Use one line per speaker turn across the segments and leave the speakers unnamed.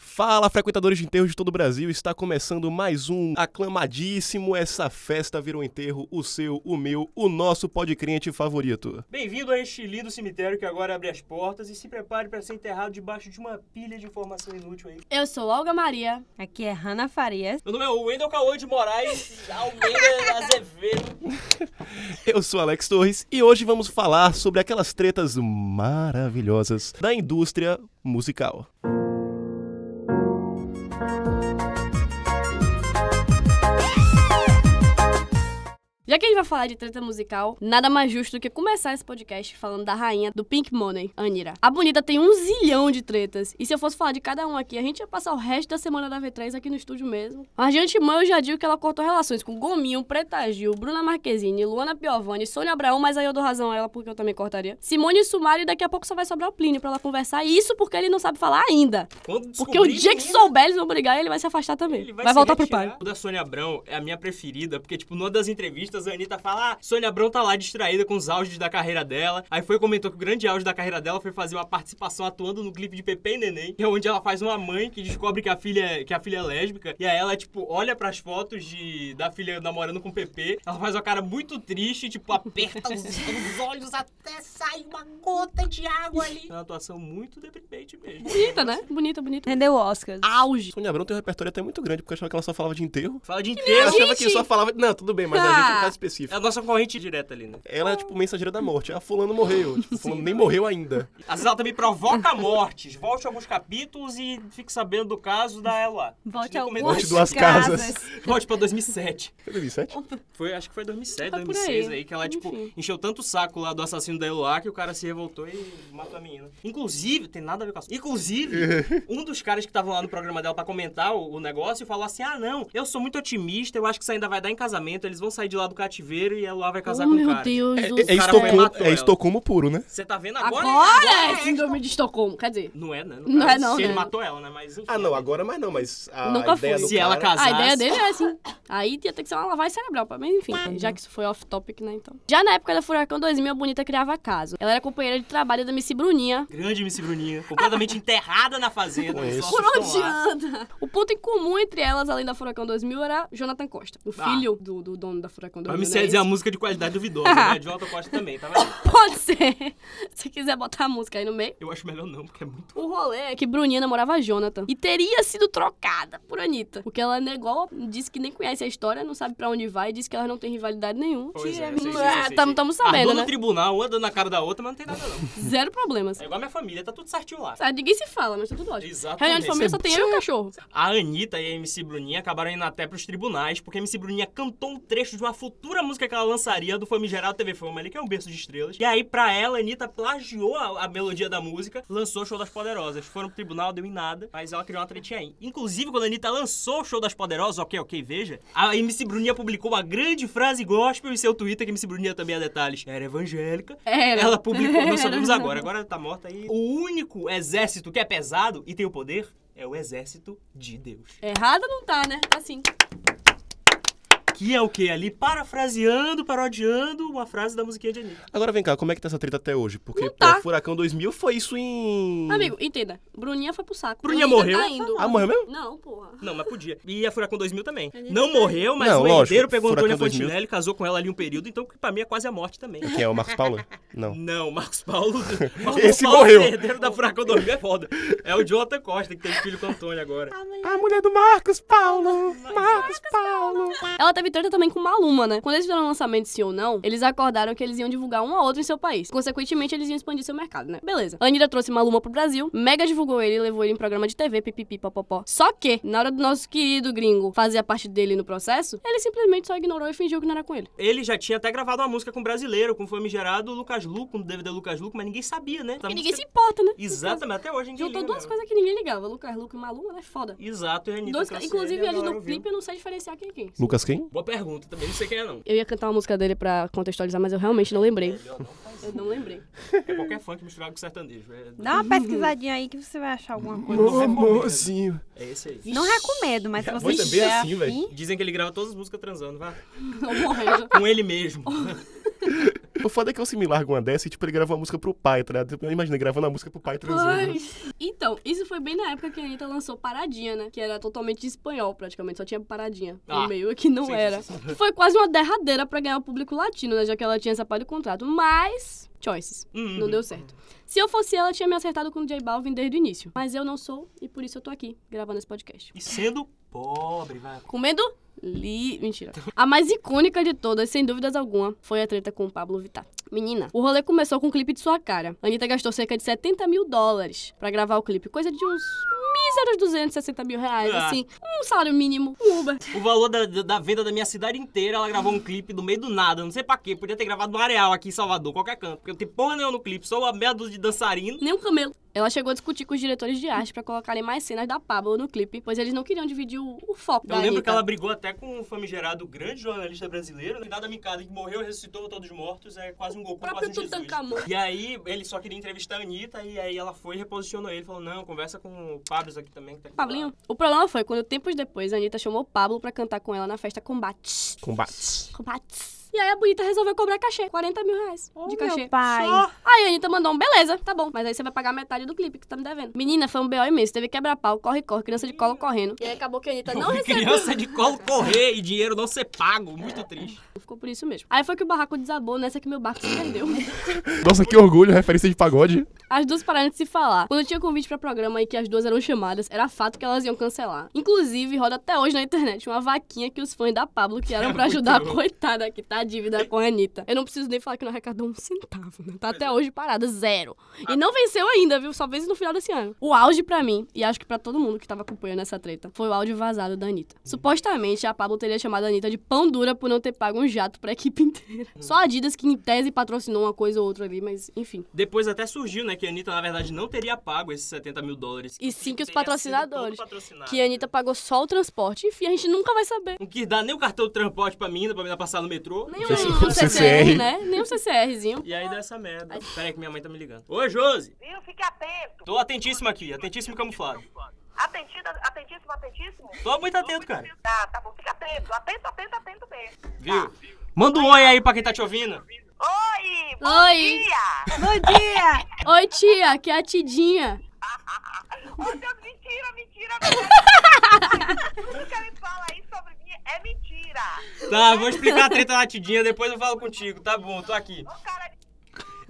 Fala, frequentadores de enterros de todo o Brasil, está começando mais um aclamadíssimo Essa Festa Virou Enterro, o seu, o meu, o nosso podcrente favorito.
Bem-vindo a este lindo cemitério que agora abre as portas e se prepare para ser enterrado debaixo de uma pilha de informação inútil aí.
Eu sou Olga Maria.
Aqui é Hanna Farias.
Meu nome é Wendel Caô de Moraes Almeida Azevedo.
Eu sou Alex Torres e hoje vamos falar sobre aquelas tretas maravilhosas da indústria musical.
Já que a gente vai falar de treta musical, nada mais justo do que começar esse podcast falando da rainha do Pink Money, Anira. A bonita tem um zilhão de tretas. E se eu fosse falar de cada um aqui, a gente ia passar o resto da semana da V3 aqui no estúdio mesmo. Mas de antemão eu já digo que ela cortou relações com Gominho, Preta Gil, Bruna Marquezine, Luana Piovani, Sônia Abraão, mas aí eu dou razão a ela porque eu também cortaria. Simone Sumari e daqui a pouco só vai sobrar o Plínio pra ela conversar. E isso porque ele não sabe falar ainda.
Quando
Porque o
descobrir,
dia que
menino,
souber, eles vão brigar e ele vai se afastar também.
ele
Vai,
se
voltar pro
retirar.
pai.
O da Sônia Abrão é a minha preferida, porque, tipo, numa das entrevistas, a Anitta fala: ah, Sônia Abrão tá lá distraída com os auges da carreira dela. Aí foi e comentou que o grande auge da carreira dela foi fazer uma participação atuando no clipe de Pepe e Neném, que é onde ela faz uma mãe que descobre que a filha, que a filha é lésbica. E aí ela, tipo, olha pras fotos de, da filha namorando com o Pepe. Ela faz uma cara muito triste, tipo, aperta os, os olhos até sair uma gota de água ali. É uma atuação muito deprimente mesmo.
Bonita, né? Bonita, bonita.
Rendeu Oscars.
Auge.
Sônia Abrão tem um repertório até muito grande, porque eu achava que ela só falava de enterro.
Fala de
Eu
inteiro.
achava que
gente!
só falava... Não, tudo bem, mas a gente é um caso específico.
É a nossa corrente direta ali, né?
Ela é tipo mensageira da morte. Ah, fulano morreu. Tipo, fulano nem morreu ainda.
A Zizal também provoca mortes. Volte alguns capítulos e fique sabendo do caso da Ela.
Volte
Não
ao
comenta-
Volte duas casas.
Volte pra 2007.
Cadê o Vicente?
Um Foi, acho que foi 2007,
Ah, por
2006 aí.
aí.
que ela, tipo,
Enfim.
encheu tanto o saco lá do assassino da Eloá que o cara se revoltou e matou a menina. Inclusive, tem nada a ver com a Inclusive, um dos caras que estavam lá no programa dela pra comentar o, o negócio falou assim: ah, não, eu sou muito otimista, eu acho que isso ainda vai dar em casamento, eles vão sair de lá do cativeiro e a Eloá vai casar
oh,
com o
meu
cara.
Deus
É,
do
é,
céu.
Estocolmo,
matou
é
ela.
Estocolmo puro, né?
Você tá vendo agora?
Agora, é síndrome de Estocolmo. Quer dizer,
Não é, né? No
Não é
caso,
não,
Se ele
né?
matou ela, né? Mas enfim.
Ah, não, agora mais não, mas a
Nunca
ideia
foi.
do
Se
cara...
ela casasse.
a ideia dele é assim. Aí ia ter que ser uma lavagem cerebral pra mim, enfim. Já que isso foi off-topic, né, então. Já na época da Furacão 2000, a Bonita criava caso. Ela era companheira de trabalho da Missy Bruninha.
Grande Miss Bruninha, completamente enterrada na fazenda.
Conheço.
os ossos
Por
estão
onde
lá.
anda? O ponto em comum entre elas, além da Furacão 2000, era Jonathan Costa, o
Ah.
filho do, do dono da Furacão 2000.
Mas me
né?
quer dizer a música de qualidade duvidosa, né? De alta costa também, tá vendo?
Pode ser. Se quiser botar a música aí no meio.
Eu acho melhor não, porque é muito.
O rolê é que Bruninha namorava Jonathan e teria sido trocada por Anitta. Porque ela negou, disse que nem conhece a história, não sabe pra onde vai e disse que ela não tem rivalidade nenhuma.
Pois é,
Tira-
sei, sei, sei,
Ah,
sei,
tamo-
sei.
Tamo
Ardou
sabendo,
no
né?
tribunal, uma dando na cara da outra, mas não tem nada não.
Zero problemas.
É igual a minha família, tá tudo certinho lá.
Ah, Ninguém se fala, mas tá tudo ótimo. Reunião de
Exatamente.
família só tem eu e o cachorro.
A Anitta e a MC Bruninha acabaram indo até pros tribunais, porque a MC Bruninha cantou um trecho de uma futura música que ela lançaria do Famigerado TV Fama, ali, que é um berço de estrelas. E aí, pra ela, a Anitta plagiou a, a melodia da música, lançou o Show das Poderosas. Foram pro tribunal, deu em nada, mas ela criou uma tretinha aí. Inclusive, quando a Anitta lançou o Show das Poderosas, ok, ok, veja, a MC Bruninha publicou uma grande frase gospel em seu Twitter, que a MC Bruninha também há detalhes. Era evangélica,
Era.
ela publicou, nós sabemos agora, agora ela tá morta aí. O único exército que é pesado e tem o poder é o exército de Deus.
Errada não tá, né? Assim.
Que é o que ali? Parafraseando, parodiando uma frase da musiquinha de Anitta.
Agora vem cá, como é que tá essa treta até hoje? Porque,
Não tá.
pô, Furacão 2000 foi isso em...
Amigo, entenda. Bruninha foi pro saco.
Hum. Bruninha
Anitta
morreu?
Tá indo.
Ah, morreu mesmo?
Não, porra.
Não, mas podia. E a Furacão 2000 também. Não morreu, mas
Não,
o herdeiro
lógico,
pegou Antônia
Furacão 2000.
Fontinelli, casou com ela ali um período, então que pra mim é quase a morte também.
Quem é, o Marcos Paulo? Não.
Não, Marcos Paulo. Marcos
Esse
Paulo
morreu.
herdeiro da Furacão 2000 é foda. É o Jonathan Costa que tem filho com Antônia agora.
A mulher do Marcos Paulo! Marcos Paulo!
Ela teve treta também com Maluma, né? Quando eles fizeram o lançamento Sim ou Não, eles acordaram que eles iam divulgar um a outro em seu país. Consequentemente, eles iam expandir seu mercado, né? Beleza. A Anitta trouxe Maluma pro Brasil, Mega divulgou ele, levou ele em programa de TV, pipipi, popopó. Só que, na hora do nosso querido gringo fazer a parte dele no processo, ele simplesmente só ignorou e fingiu que não era com ele.
Ele já tinha até gravado uma música com um brasileiro, com o famigerado Lucas Lu, com um o DVD Lucas Luco, mas ninguém sabia, né?
Porque ninguém se importa, né?
Exatamente, até hoje ninguém
Juntou
liga
duas
mesmo.
coisas que ninguém ligava. Lucas Luco e Maluma, né? Foda.
Exato, e a é Anitta
Dois,
trouxe
inclusive,
ele,
eles
agora
no
eu vi.
clipe eu não sei diferenciar quem é quem.
Lucas quem?
Boa pergunta, também não sei quem é não.
Eu ia cantar uma música dele pra contextualizar, mas eu realmente não lembrei.
Melhor não faz.
Eu não lembrei.
É qualquer funk misturado com sertanejo. É,
Dá uma pesquisadinha aí que você vai achar alguma coisa.
é
Amorzinho.
é esse aí.
Não recomendo, mas se
Minha
você
voz é bem
estiver
assim, velho.
afim,
Dizem que ele grava todas as músicas transando, vá.
Tô morrendo.
Com ele mesmo.
O foda é que eu se me larga uma dessa e, tipo, ele grava uma música pro pai, tá ligado? Eu imaginei gravando a música pro
né?
pai transando.
Pois. Então, isso foi bem na época que a Anitta lançou Paradinha, né? Que era totalmente em espanhol, praticamente. Só tinha Paradinha
Ah.
no meio, que não
Sim,
era.
sim,
Foi quase uma derradeira pra ganhar o público latino, né? Já que ela tinha essa parte do contrato. Mas, choices.
Uhum.
Não deu certo. Se eu fosse ela, tinha me acertado com o J Balvin desde o início. Mas eu não sou, e por isso eu tô aqui, gravando esse podcast.
E sendo pobre, vai.
Comendo li... Mentira. A mais icônica de todas, sem dúvidas alguma, foi a treta com o Pablo Vittar. Menina, o rolê começou com o clipe de sua cara. Anitta gastou cerca de 70 mil dólares pra gravar o clipe. Coisa de uns míseros 260 mil reais,
Ah.
assim. Um salário mínimo, um Uber.
O valor da, da- da venda da minha cidade inteira, ela gravou um clipe do meio do nada, não sei pra quê. Podia ter gravado no Areal aqui em Salvador, qualquer canto. Porque eu tenho porra nenhuma no clipe, só uma meia dúzia de dançarino.
Nem um camelo. Ela chegou a discutir com os diretores de arte pra colocarem mais cenas da Pablo no clipe, pois eles não queriam dividir o, o foco da
Eu lembro
Anitta.
que ela brigou até com um famigerado grande jornalista brasileiro, né? Nada Mikada, que morreu, ressuscitou todos mortos, é quase um Goku,
próprio
quase um Jesus.
Tutankhamon.
E aí, ele só queria entrevistar a Anitta, e aí ela foi e reposicionou ele, falou, não, conversa com o Pablos aqui também. Que tá aqui do
Pablinho.
lado."
O problema foi quando tempos depois a Anitta chamou Pablo pra cantar com ela na festa Combate.
Combates.
Combates. E aí a bonita resolveu cobrar cachê, 40 mil reais de cachê.
meu pai.
Só
Aí a Anitta mandou um beleza, tá bom, mas aí você vai pagar metade do clipe que tu tá me devendo. Menina, foi um B.O. imenso, teve quebra-pau, corre-corre, criança de colo correndo. E aí acabou que a Anitta não
ouvi
recebeu.
criança de colo correr e dinheiro não ser pago, muito triste.
Ficou por isso mesmo. Aí foi que o barraco desabou, nessa que meu barco se perdeu.
Nossa, que orgulho, referência de pagode.
As duas pararam de se falar. Quando tinha convite pra programa e que as duas eram chamadas, era fato que elas iam cancelar. Inclusive, roda até hoje na internet uma vaquinha que os fãs da Pablo criaram pra
É Muito
ajudar a
bom.
coitada que tá à dívida com a Anitta. Eu não preciso nem falar que não arrecadou um centavo, né? Tá
é.
até hoje parada, zero.
Ah.
E não venceu ainda, viu? Só vence no final desse ano. O auge pra mim, e acho que pra todo mundo que tava acompanhando essa treta, foi o áudio vazado da Anitta.
Hum.
Supostamente, a Pablo teria chamado a Anitta de pão dura por não ter pago um jato pra equipe inteira.
Hum.
Só a Adidas que em tese patrocinou uma coisa ou outra ali, mas enfim.
Depois até surgiu, né, que a Anitta, na verdade, não teria pago esses 70 mil dólares.
E sim que
Teria
os
sido
patrocinadores.
todo patrocinado.
Que a Anitta pagou só o transporte. Enfim, a gente nunca vai saber.
Não quis dar nem o cartão de transporte pra mina, pra mina passar no metrô.
Nem um,
sei se
um
foi o
CCR,
CCR.
né? Nem um CCRzinho.
E aí deu essa merda. Peraí que minha mãe tá me ligando. Oi, Josi.
Viu? Fique atento.
Tô atentíssimo aqui, atentíssimo e camuflado.
Atentida, atentíssimo, atentíssimo.
Tô muito atento, cara.
Tá, tá bom. Fica atento. Atento, atento, atento mesmo.
Viu? Manda um oi aí pra quem tá te ouvindo.
Oi! Bom
Oi.
dia!
Bom dia!
Oi, tia, que é a Tidinha.
Ô, Deus, mentira, mentira, mentira. Tudo que ele fala aí sobre mim é mentira.
Tá, vou explicar a treta na Tidinha, depois eu falo contigo. Tá bom, tô aqui.
O cara de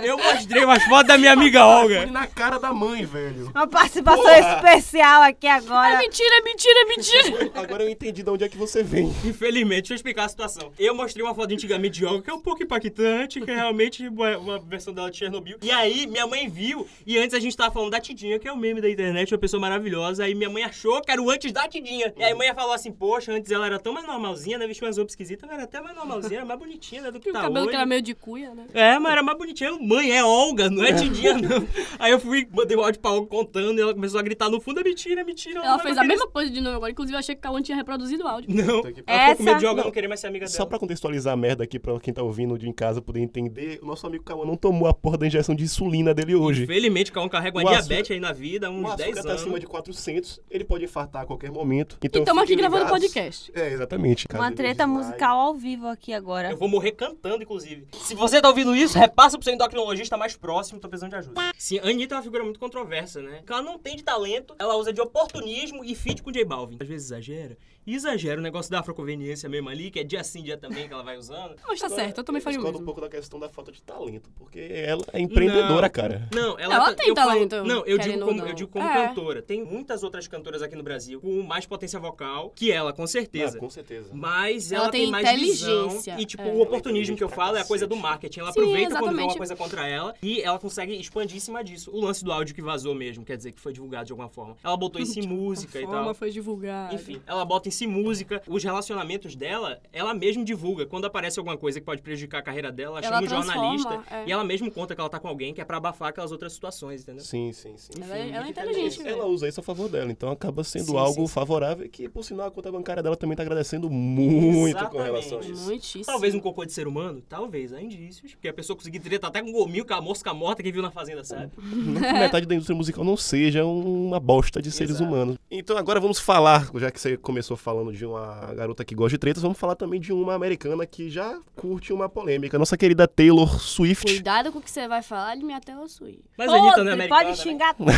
Eu mostrei umas fotos da minha amiga Olga.
na cara da mãe, velho.
Uma participação especial aqui
É
agora.
mentira, é mentira, é mentira.
Agora eu entendi de onde é que você vem.
Infelizmente, deixa eu explicar a situação. Eu mostrei uma foto antigamente de Olga, que é um pouco impactante, que é realmente uma, uma versão dela de Chernobyl. E aí, minha mãe viu, e antes a gente tava falando da Tidinha, que é o meme da internet, uma pessoa maravilhosa. Aí minha mãe achou que era o antes da Tidinha. E aí a mãe falou assim: Poxa, antes ela era tão mais normalzinha, né? Vestiu umas roupas esquisitas, mas era até mais normalzinha, era mais bonitinha né, do que
O
tá
cabelo que
hoje.
era meio de cuia, né?
É, mas era mais bonitinha. Mãe, é Olga, não é Tidinha, não. Aí eu fui, mandei o áudio pra Olga contando e ela começou a gritar no fundo, é mentira, é mentira.
Ela
não
fez
vai
a mesma coisa de novo agora. Inclusive, eu achei que o Cauã tinha reproduzido o áudio.
querer- Não. Ela ficou com
Essa-
medo de Olga não
Não.
querer mais ser amiga dela.
Só pra contextualizar a merda aqui pra quem tá ouvindo de em casa poder entender, o nosso amigo Cauã não tomou a porra da injeção de insulina dele hoje.
Infelizmente, Cauã carrega uma
O açúcar-
diabetes aí na vida,
O
uns
açúcar
10
tá
anos.
acima de 400, ele pode infartar a qualquer momento.
E
Então
estamos aqui
fiquem
gravando
ligados.
podcast.
É, exatamente. caso
Uma
ele
treta
desmaie.
musical ao vivo aqui agora.
um
Eu vou morrer cantando, inclusive. Se você tá ouvindo isso, repassa pro seu endocrinologista mais próximo, tô precisando de ajuda. Sim, a Anitta é uma figura muito controversa, né? Porque ela não tem de talento, ela usa de oportunismo e fit com J Balvin. Às vezes exagera. E exagera o negócio da afroconveniência mesmo ali, que é dia sim, dia também que ela vai usando.
Mas tá certo, eu também faria o
discordo um
mesmo.
pouco da questão da falta de talento, porque ela é empreendedora,
Não.
cara. Ah,
Não, ela,
Ela
tá-
tem
eu falo-
talento,
não, eu digo
querendo
como,
ou
eu
não.
digo como
É.
cantora. Tem muitas outras cantoras aqui no Brasil com mais potência vocal que ela, com certeza.
Ah, com certeza.
Mas ela,
Ela tem
mais
inteligência,
visão. E, tipo,
é.
o oportunismo que eu falo é a coisa do marketing. Ela
Sim,
aproveita quando vê uma
exatamente.
coisa contra ela e ela consegue expandir em cima disso. O lance do áudio que vazou mesmo, quer dizer, que foi divulgado de alguma forma. Ela botou em si música
A
e
forma
tal.
foi divulgada.
Enfim, ela bota em si música, os relacionamentos dela, ela mesma divulga. Quando aparece alguma coisa que pode prejudicar a carreira dela, ela,
Ela
chama um jornalista
transforma, é.
e ela mesma conta que ela tá com alguém, que é pra abafar aquelas outras situações, entendeu?
Sim, sim, sim.
Ela, é-
Enfim,
ela é
que
inteligente,
inteligente.
Ela
velho.
usa isso a favor dela, então acaba sendo
Sim,
algo
sim, sim.
favorável que, por sinal, a conta bancária dela também tá agradecendo muito com
Exatamente.
relação a isso.
Muitíssimo.
Talvez um cocô de ser humano? Talvez, há indícios. Porque é a pessoa conseguir tretar até com um gominho com a mosca morta que viu na fazenda, sabe?
Não que metade da indústria musical não seja uma bosta de seres
Exato.
humanos. Então agora vamos falar, já que você começou falando de uma garota que gosta de tretas, vamos falar também de uma americana que já curte uma polêmica. Nossa querida Taylor Swift.
Cuidado com o que você vai falar de minha tela suíte.
Mas a Anitta não é
Podre,
americana.
pode
né?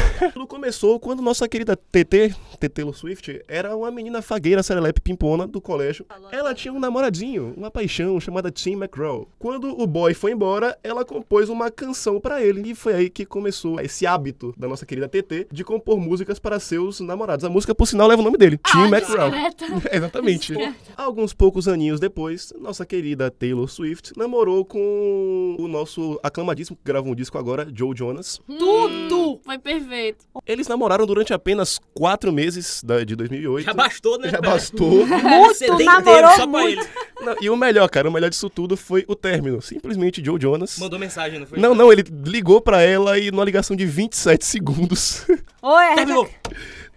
xingar
Tudo começou quando nossa querida TT, TT Taylor Swift, era uma menina fagueira, serelepe, pimpona do colégio. Ela tinha um namoradinho, uma paixão chamada Tim McGraw. Quando o boy foi embora, ela compôs uma canção pra ele. E foi aí que começou esse hábito da nossa querida TT de compor músicas para seus namorados. A música, por sinal, leva o nome dele, Tim McGraw.
Ah, Discreta.
Exatamente. Alguns poucos aninhos depois, nossa querida Taylor Swift namorou com o nosso aclamadíssimo, que gravou um disco agora, Joe Jonas.
Tudo! Foi perfeito.
Eles namoraram durante apenas quatro meses da- de 2008.
Já bastou, né?
Já
Pera.
bastou.
Um CD inteiro
namorou
só pra ele.
Não, e o melhor, cara, o melhor disso tudo foi o término. Simplesmente Joe Jonas.
Mandou mensagem, não foi?
Não, não, ele ligou pra ela e numa ligação de 27 segundos
Oi,
Tá
é-
Terminou.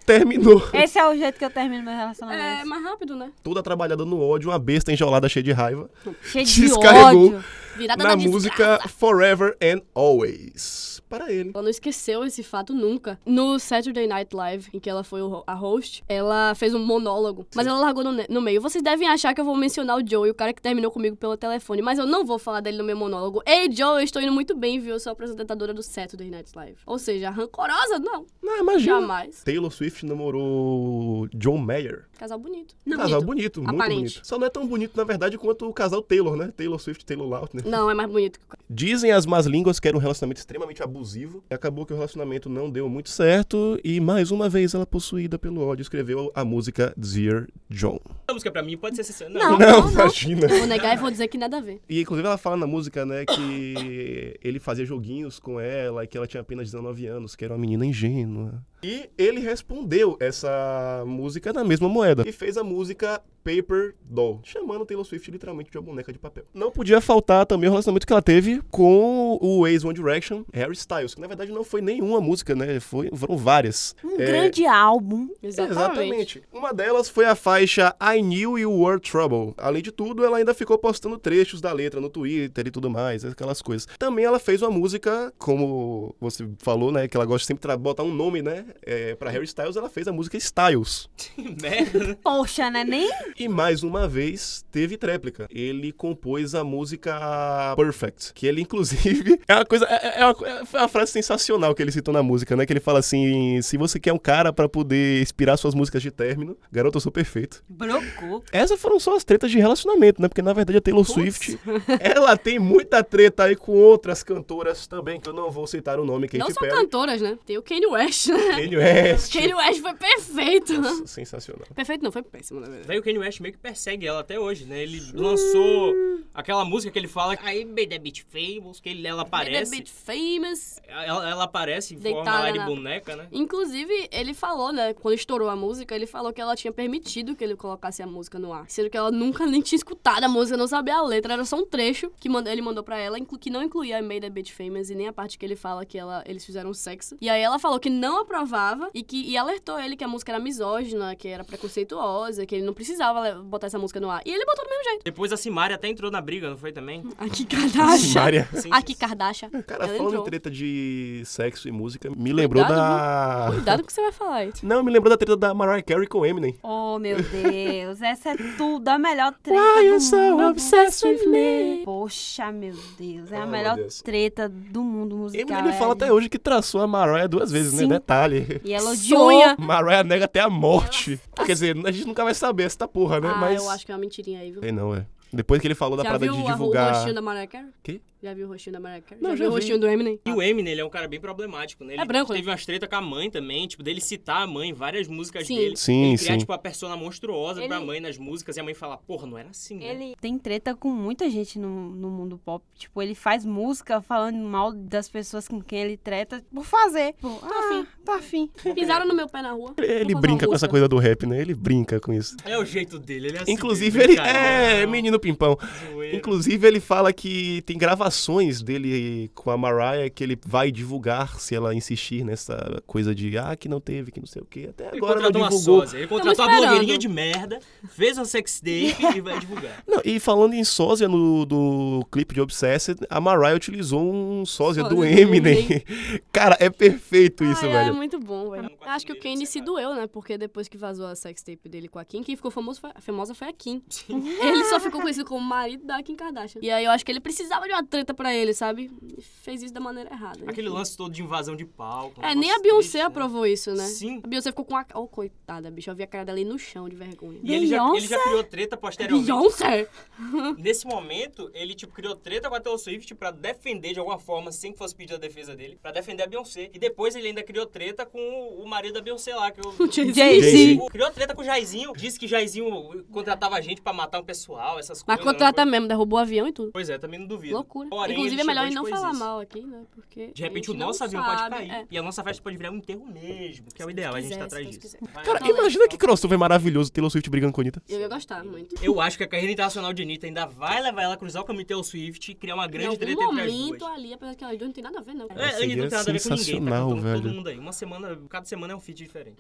terminou.
esse é o jeito que eu termino meu relacionamento.
É mais rápido, né?
Toda trabalhada no ódio, uma besta enjaulada cheia de raiva.
Cheio de
Descarregou
ódio.
Virada
na
da música.
música Forever and Always. Para ele.
Ela não esqueceu esse fato nunca. No Saturday Night Live, em que ela foi o- a host, ela fez um monólogo, mas ela largou no, ne- no meio. Vocês devem achar que eu vou mencionar o Joe, o cara que terminou comigo pelo telefone, mas eu não vou falar dele no meu monólogo. Ei, Joe, eu estou indo muito bem, viu? Eu sou apresentadora do Saturday Night Live. Ou seja, rancorosa? Não,
Não, imagina.
jamais.
Taylor Swift namorou John Mayer.
Casal bonito.
casal bonito, muito
Aparente.
bonito. Só não é tão bonito, na verdade, quanto o casal Taylor, né? Taylor Swift, Taylor Lautner.
Não, é mais bonito que o cara.
Dizem as más línguas que era um relacionamento extremamente abusivo. Acabou que o relacionamento não deu muito certo e mais uma vez ela possuída pelo ódio escreveu a música Dear John.
A música pra mim pode ser sincera.
Não, não, não.
imagina.
Vou negar e vou dizer que nada a ver.
E inclusive ela fala na música, né, que ele fazia joguinhos com ela e que ela tinha apenas 19 anos, que era uma menina ingênua. E ele respondeu essa música na mesma moeda e fez a música Paper Doll, chamando Taylor Swift literalmente de uma boneca de papel. Não podia faltar também o relacionamento que ela teve com o ex One Direction, Harry Styles, que na verdade não foi nenhuma música, né, foi, foram várias.
Um
É,
grande álbum.
Exatamente.
uma delas foi a faixa I Knew You Were Trouble. Além de tudo, ela ainda ficou postando trechos da letra no Twitter e tudo mais, aquelas coisas. Também ela fez uma música, como você falou, né? Que ela gosta sempre de tra- botar um nome, né? É, pra Harry Styles, ela fez a música Styles.
Que merda, né?
Poxa, né? Nem
E mais uma vez, teve tréplica. Ele compôs a música Perfect, que ele, inclusive, é uma coisa. É, é uma, é- foi uma frase sensacional que ele citou na música, né? Que ele fala assim: se você quer um cara pra poder inspirar suas músicas de término, garoto, eu sou perfeito.
brocou.
Essas foram só as tretas de relacionamento, né? Porque na verdade a Taylor Swift, ela tem muita treta aí com outras cantoras também, que eu não vou citar o nome,
não
Katy
só
Perry,
cantoras, né? Tem o Kanye West, né?
Kanye West.
Kanye West foi perfeito.
Nossa, sensacional.
Perfeito não, foi péssimo, na verdade.
Velho, o Kanye West meio que persegue ela até hoje, né? Ele lançou aquela música que ele fala. Aí, Made a Beat Famous, que ele, ela
Little
aparece.
bit é famous.
Ela, ela aparece em forma
Deitada
lá de
na-
boneca, né?
Inclusive, ele falou, né, quando estourou a música, ele falou que ela tinha permitido que ele colocasse a música no ar. Sendo que ela nunca nem tinha escutado a música, não sabia a letra, era só um trecho que manda- ele mandou pra ela, inclu- que não incluía a Made a Bitch Famous e nem a parte que ele fala que ela, eles fizeram sexo. E aí ela falou que não aprovava e que e alertou ele que a música era misógina, que era preconceituosa, que ele não precisava le- botar essa música no ar. E ele botou do mesmo jeito.
Depois a Simaria até entrou na briga, não foi também?
Aqui Kardashian.
Maria.
Sim,
Aqui Kardashian.
Cara,
ela
falando
entrou.
em treta de sexo e música, me lembrou da.
Cuidado com o que você vai falar aí.
Não, me lembrou da treta da Mariah Carey com Eminem.
Oh, meu Deus. Essa é tudo. A melhor treta
Why
do
you so
mundo.
obsessed with me?
Poxa, meu Deus. É
Ah,
a
meu
melhor
Deus.
treta do mundo musical.
Eminem ele fala
é.
até hoje que traçou a Mariah duas vezes, né?
Sim.
Detalhe.
E ela odiou.
Sonha.
Mariah nega até a morte. Quer dizer, a gente nunca vai saber essa porra, né?
Ah,
Mas.
eu acho que é uma mentirinha aí, viu?
Sei não, é. Depois que ele falou da
Já
parada
viu
de
o- o
divulgar.
rostinho da Mariah Carey?
Quê?
Já viu o rostinho da Mariah Carey?
Não,
já
já
viu o
vi.
rostinho do Eminem?
E o Eminem, ele é um cara bem problemático, né? Ele
É branco, né?
Teve umas treta com a mãe também, tipo, dele citar a mãe em várias músicas
Sim.
dele.
Sim,
ele criar,
sim.
tipo, a persona monstruosa pra
Ele-
mãe nas músicas e a mãe fala, porra, não era assim, né?
Ele tem treta com muita gente no, no mundo pop. Tipo, ele faz música falando mal das pessoas com quem ele treta por fazer. Tipo, ah,
afim.
tá afim.
Pisaram no meu pé na rua.
Ele, é ele
Vou fazer
brinca
uma
com essa
música.
coisa do rap, né? Ele brinca com isso.
É o jeito dele, ele é assim.
Inclusive,
dele,
ele
brincalhão,
é menino pimpão.
zoeiro.
Inclusive, ele fala que tem gravação declarações dele com a Mariah que ele vai divulgar se ela insistir nessa coisa de ah, que não teve, que não sei o quê. Até
Ele
agora não
contratou uma
divulgou.
sósia, ele contratou uma
esperando.
blogueirinha de merda, fez uma sextape e vai divulgar.
Não, e falando em sósia no, do clipe de Obsessed, a Mariah utilizou um sósia do
Sósia do
Eminem. Cara, é perfeito isso,
Ai, É
velho.
muito bom, velho.
Ah,
Acho que o
não
Kanye se
sei lá.
doeu, né? Porque depois que vazou a sextape dele com a Kim, quem ficou famoso foi- famosa foi a Kim. Ele só ficou conhecido como marido da Kim Kardashian. E aí eu acho que ele precisava de uma treta pra ele, sabe? E fez isso da maneira errada. né?
Aquele lance todo de invasão de palco. um
É,
negócio
nem a Beyoncé
triste, né?
aprovou isso, né?
Sim.
A Beyoncé ficou com a. Oh, coitada, bicho. Eu vi a cara dela aí no chão de vergonha.
E ele já, ele já criou treta posteriormente.
Beyoncé?
Nesse momento, ele, tipo, criou treta com a Taylor Swift pra defender de alguma forma, sem que fosse pedir a defesa dele, pra defender a Beyoncé. E depois ele ainda criou treta com o- o marido da Beyoncé lá, que eu...
Jay-Z.
O- Criou treta com o Jairzinho, disse que Jairzinho contratava gente pra matar um pessoal, essas
Mas
coisas.
contrata mesmo, derrubou o avião e tudo.
Pois é, também não duvido.
Loucura.
Porém,
Inclusive,
ele
é melhor
chegou
ele
e
não
expôs
falar
isso.
mal aqui, né? Porque.
De repente
a
o
gente não
nosso avião
sabe,
pode cair.
é.
E a nossa festa pode virar um enterro mesmo, que é o ideal, a gente
quiser,
tá
se
atrás
Deus
disso.
quiser. Então,
Vai.
Cara,
Não, mas-
imagina que crossover maravilhoso Taylor Swift brigando com a Anitta.
Eu ia gostar muito.
Eu acho que a carreira internacional de Anitta ainda vai levar ela a cruzar o caminho Taylor Swift e criar uma
em
grande
algum
treta entre as duas.
momento ali, apesar que elas duas não tem nada a ver, não.
É,
Seria
Anitta não tem nada a ver com ninguém, tá
sensacional,
contando com todo
velho.
mundo aí. Uma semana, cada semana é um feat diferente.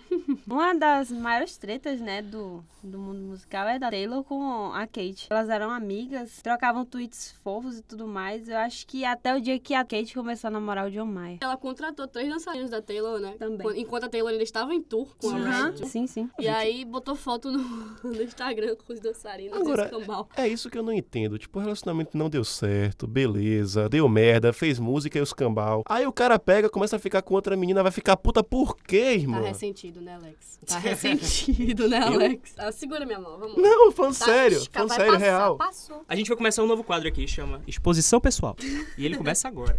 Uma das maiores tretas, né, do, do mundo musical é da Taylor com a Kate. Elas eram amigas, trocavam tweets fofos e tudo mais. Eu acho que até o dia que a Kate começou a namorar o John Mayer.
Ela contratou três dançarinos da Taylor, né?
Também.
Quando- Enquanto a Taylor ainda estava em tour com a
Aham.
Riot.
Sim, sim.
E aí botou foto no, no Instagram com os dançarinos
Agora-
e escambau.
É isso que eu não entendo. Tipo, o relacionamento não deu certo, beleza, deu merda, fez música e os cambal. Aí o cara pega, começa a ficar com outra menina, vai ficar puta por quê,
Tá
irmão?
ressentido, né, Alex? Tá ressentido, né, Alex? Ah, segura minha mão, vamos lá.
Não, falando
Tá,
sério,
vai
falando
passar,
sério, real.
Passou.
A gente vai começar um novo quadro aqui, chama Exposição Pessoal. E ele começa agora.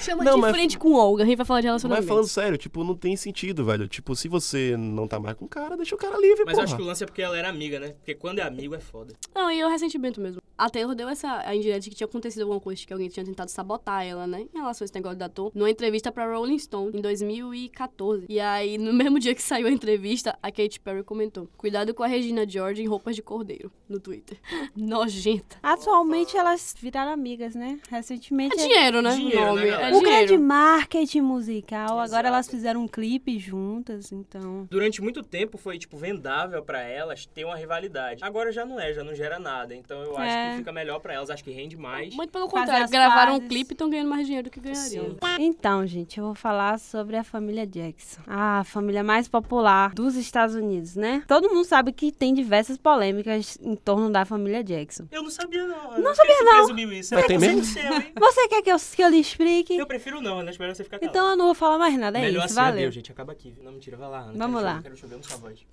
Chama
Não,
de
mas-
frente com Olga, a gente vai falar de
Mas
relacionamento.
é falando sério, tipo, não tem sentido, velho. Tipo, se você não tá mais com o cara, deixa o cara livre,
Mas eu
porra.
acho que o lance é porque ela era amiga, né? Porque quando é amigo é foda.
Não, e o ressentimento mesmo. A Taylor deu essa a indireta de que tinha acontecido alguma coisa, de que alguém tinha tentado sabotar ela, né? Em relação a esse negócio da Tom, numa entrevista pra Rolling Stone, em 2014. E aí, no mesmo dia que saiu a entrevista, a Katy Perry comentou: Cuidado com a Regina George em roupas de cordeiro, no Twitter. Nojenta.
Atualmente elas viraram amigas, né? Recentemente.
É dinheiro, né?
Dinheiro,
o
né,
nome.
galera?
é
O grande
dinheiro.
marketing musical.
Exato.
Agora elas fizeram um clipe juntas, então.
Durante muito tempo foi, tipo, vendável pra elas ter uma rivalidade. Agora já não é, já não gera nada. Então eu acho
É.
que fica melhor pra elas, acho que rende mais.
Muito pelo
Fazer
contrário,
as
gravaram um
pazes.
clipe e estão ganhando mais dinheiro do que ganhariam.
Sim.
Então, gente, eu vou falar sobre a família Jackson. A família mais popular dos Estados Unidos, né? Todo mundo sabe que tem diversas polêmicas em torno da família Jackson.
Eu não sabia, não. Não sabia, não. Resumiu isso.
Mas
É
tem
você
mesmo?
que seu, hein?
Você quer que eu, que eu lhe explique?
Eu prefiro não, né? Espero você ficar calado.
Então eu não vou falar mais nada, é
Melhor
isso,
assim,
valeu.
adeus, gente. Acaba aqui. Não, mentira, vai lá, Ana.
Vamos
quero
lá.
chover, Quero chover no sua voz.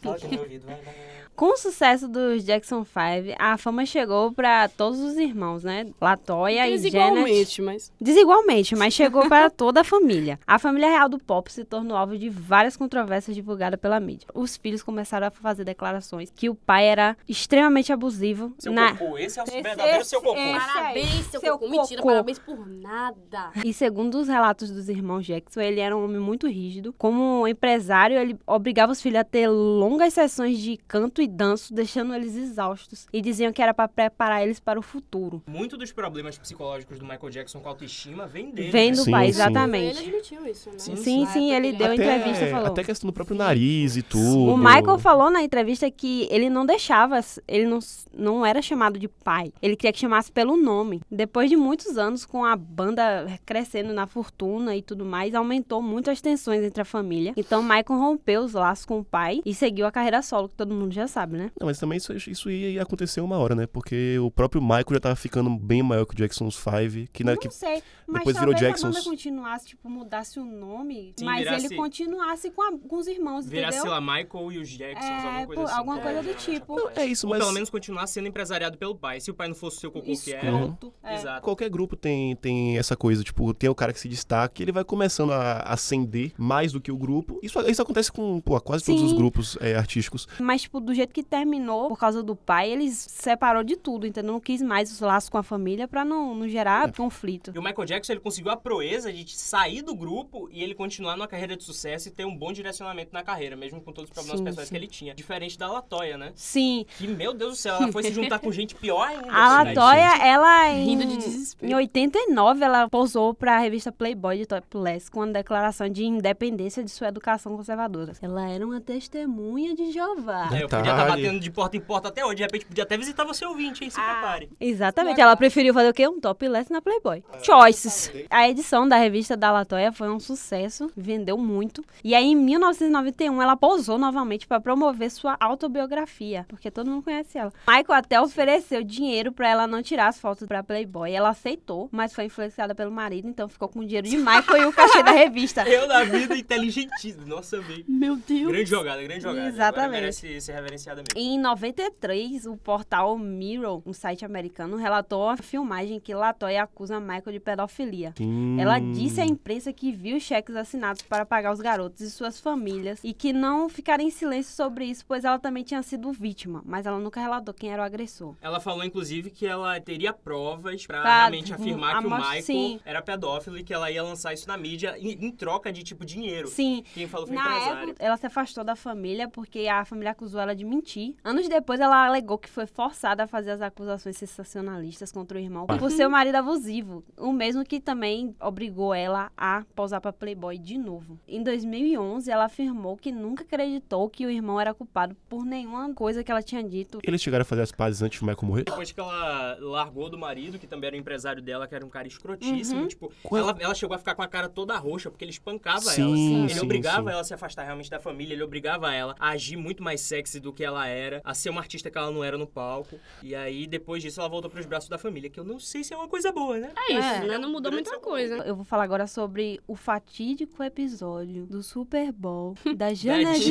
Fala aqui no meu ouvido, vai, vai, vai.
Com o sucesso dos Jackson 5, a fama chegou pra todos os irmãos, né? Latoya e né? Janet.
Desigualmente, mas.
Desigualmente, mas chegou para toda a família. A família real do pop se tornou alvo de várias controvérsias divulgadas pela mídia. Os filhos começaram a fazer declarações que o pai era extremamente abusivo.
Seu
na-
cocô, esse é o
Esse-
verdadeiro seu cocô.
esse-
Parabéns, seu,
Seu
cocô. Mentira,
cocô.
parabéns por nada.
E segundo os relatos dos irmãos Jackson, ele era um homem muito rígido. Como empresário, ele obrigava os filhos a ter longas sessões de canto e danço, deixando eles exaustos. E diziam que era para preparar eles para o futuro.
Muito dos problemas psicológicos do Michael Jackson com autoestima vem dele. né?
Vem do
Sim,
pai,
sim.
exatamente.
Ele admitiu isso, né?
Sim,
sim, sim, ele
Na
deu
época
entrevista.
ele era-
até,
falou.
até questão do próprio nariz e tudo.
O Michael falou na entrevista que ele não deixava, ele não, não era chamado de pai. Ele queria que chamasse pelo nome. Depois de muitos anos, com a banda crescendo na fortuna e tudo mais, aumentou muito as tensões entre a família. Então, Michael rompeu os laços com o pai e seguiu a carreira solo, que todo mundo já sabe, né?
Não, mas também isso, isso ia ia acontecer uma hora, né? Porque o próprio Michael já tava ficando bem maior que o Jackson's 5, que, na, Né, que
sei,
depois virou
a banda
Jacksons.
continuasse, tipo, mudasse o nome,
Sim, mas virasse- ele
continuasse com, os irmãos,
Virar, sei lá, Michael e os Jacksons,
É,
alguma coisa
pô,
assim.
alguma
É,
coisa do
geralmente
tipo.
acontece.
Não, é isso,
Ou
mas-
pelo menos continuar sendo empresariado pelo pai. Se o pai não fosse o seu cocô que era.
Escroto,
É.
Exato.
Qualquer grupo tem, tem essa coisa, tipo, tem o cara que se destaca e ele vai começando a ascender mais do que o grupo. Isso, isso acontece com pô, quase todos
Sim.
os grupos é, artísticos.
Mas, tipo, do jeito que terminou, por causa do pai, eles separou de tudo, entendeu? Não quis mais os laços com a família pra não, não gerar conflito.
E o Michael Jackson, ele conseguiu a proeza de sair do grupo e ele continuar numa carreira de sucesso e ter um bom direcionamento na carreira, mesmo com todos os problemas
Sim,
pessoais
sim.
que ele tinha. Diferente da Latoya, né?
Sim,
É
Que, meu Deus do céu, ela foi se juntar com gente pior ainda.
a
assim, né?
Latoya, ela ela em,
Rindo de desespero.
em 89 ela posou para a revista Playboy de Topless com uma declaração de independência de sua educação conservadora. Ela era uma testemunha de Jeová.
É, eu podia estar batendo de porta em porta até hoje. De repente, podia até visitar você ouvinte, hein? Se
Ah.
prepare.
Exatamente,
Legal.
ela preferiu fazer o quê? Um topless na Playboy. Choices. A edição da revista da Latoya foi um sucesso, vendeu muito. E aí, em 1991, ela pousou novamente para promover sua autobiografia, porque todo mundo conhece ela. Michael até ofereceu dinheiro para ela não tirar as fotos para Playboy. Ela aceitou, mas foi influenciada pelo marido, então ficou com o dinheiro de Michael e o cachê da revista.
Eu na vida inteligentíssimo. Nossa, bem.
Meu Deus.
Grande jogada, grande jogada. Agora
Exatamente.
merece ser reverenciada mesmo.
Em 93, o portal Mirror, um site americano, relatou a filmagem que Latoya acusa Michael de pedofilia. Ela
Hum.
disse à imprensa que viu cheques assinados para pagar os garotos e suas famílias e que não ficara em silêncio sobre isso, pois ela também tinha sido vítima, mas ela nunca relatou quem era o agressor.
Ela falou, inclusive, que ela teria provas pra
Pra,
realmente
hum,
afirmar que o
amostra-
Michael
sim.
era pedófilo e que ela ia lançar isso na mídia em, em troca de, tipo, dinheiro.
Sim.
Quem falou foi o
Na
empresário.
época, ela se afastou da família porque a família acusou ela de mentir. Anos depois, ela alegou que foi forçada a fazer as acusações sensacionalistas contra o irmão por seu marido abusivo, o mesmo que também obrigou ela a posar para Playboy de novo. Em 2011, ela afirmou que nunca acreditou que o irmão era culpado por nenhuma coisa que ela tinha dito
Eles chegaram a fazer as pazes antes do Michael morrer?
Depois que ela largou do marido, que também era o empresário dela, que era um cara escrotíssimo,
Uhum.
tipo,
Quando-
ela, ela chegou a ficar com a cara toda roxa, porque ele espancava
Sim,
ela. assim.
sim,
ele
sim,
obrigava
sim.
ela a se afastar realmente da família, ele obrigava ela a agir muito mais sexy do que ela era, a ser uma artista que ela não era no palco. E aí, depois disso, ela voltou pros braços da família, que eu não sei se é uma coisa boa, né?
É isso,
É.
né? Não mudou muita coisa.
Eu vou falar agora sobre o fatídico episódio do Super Bowl da Janet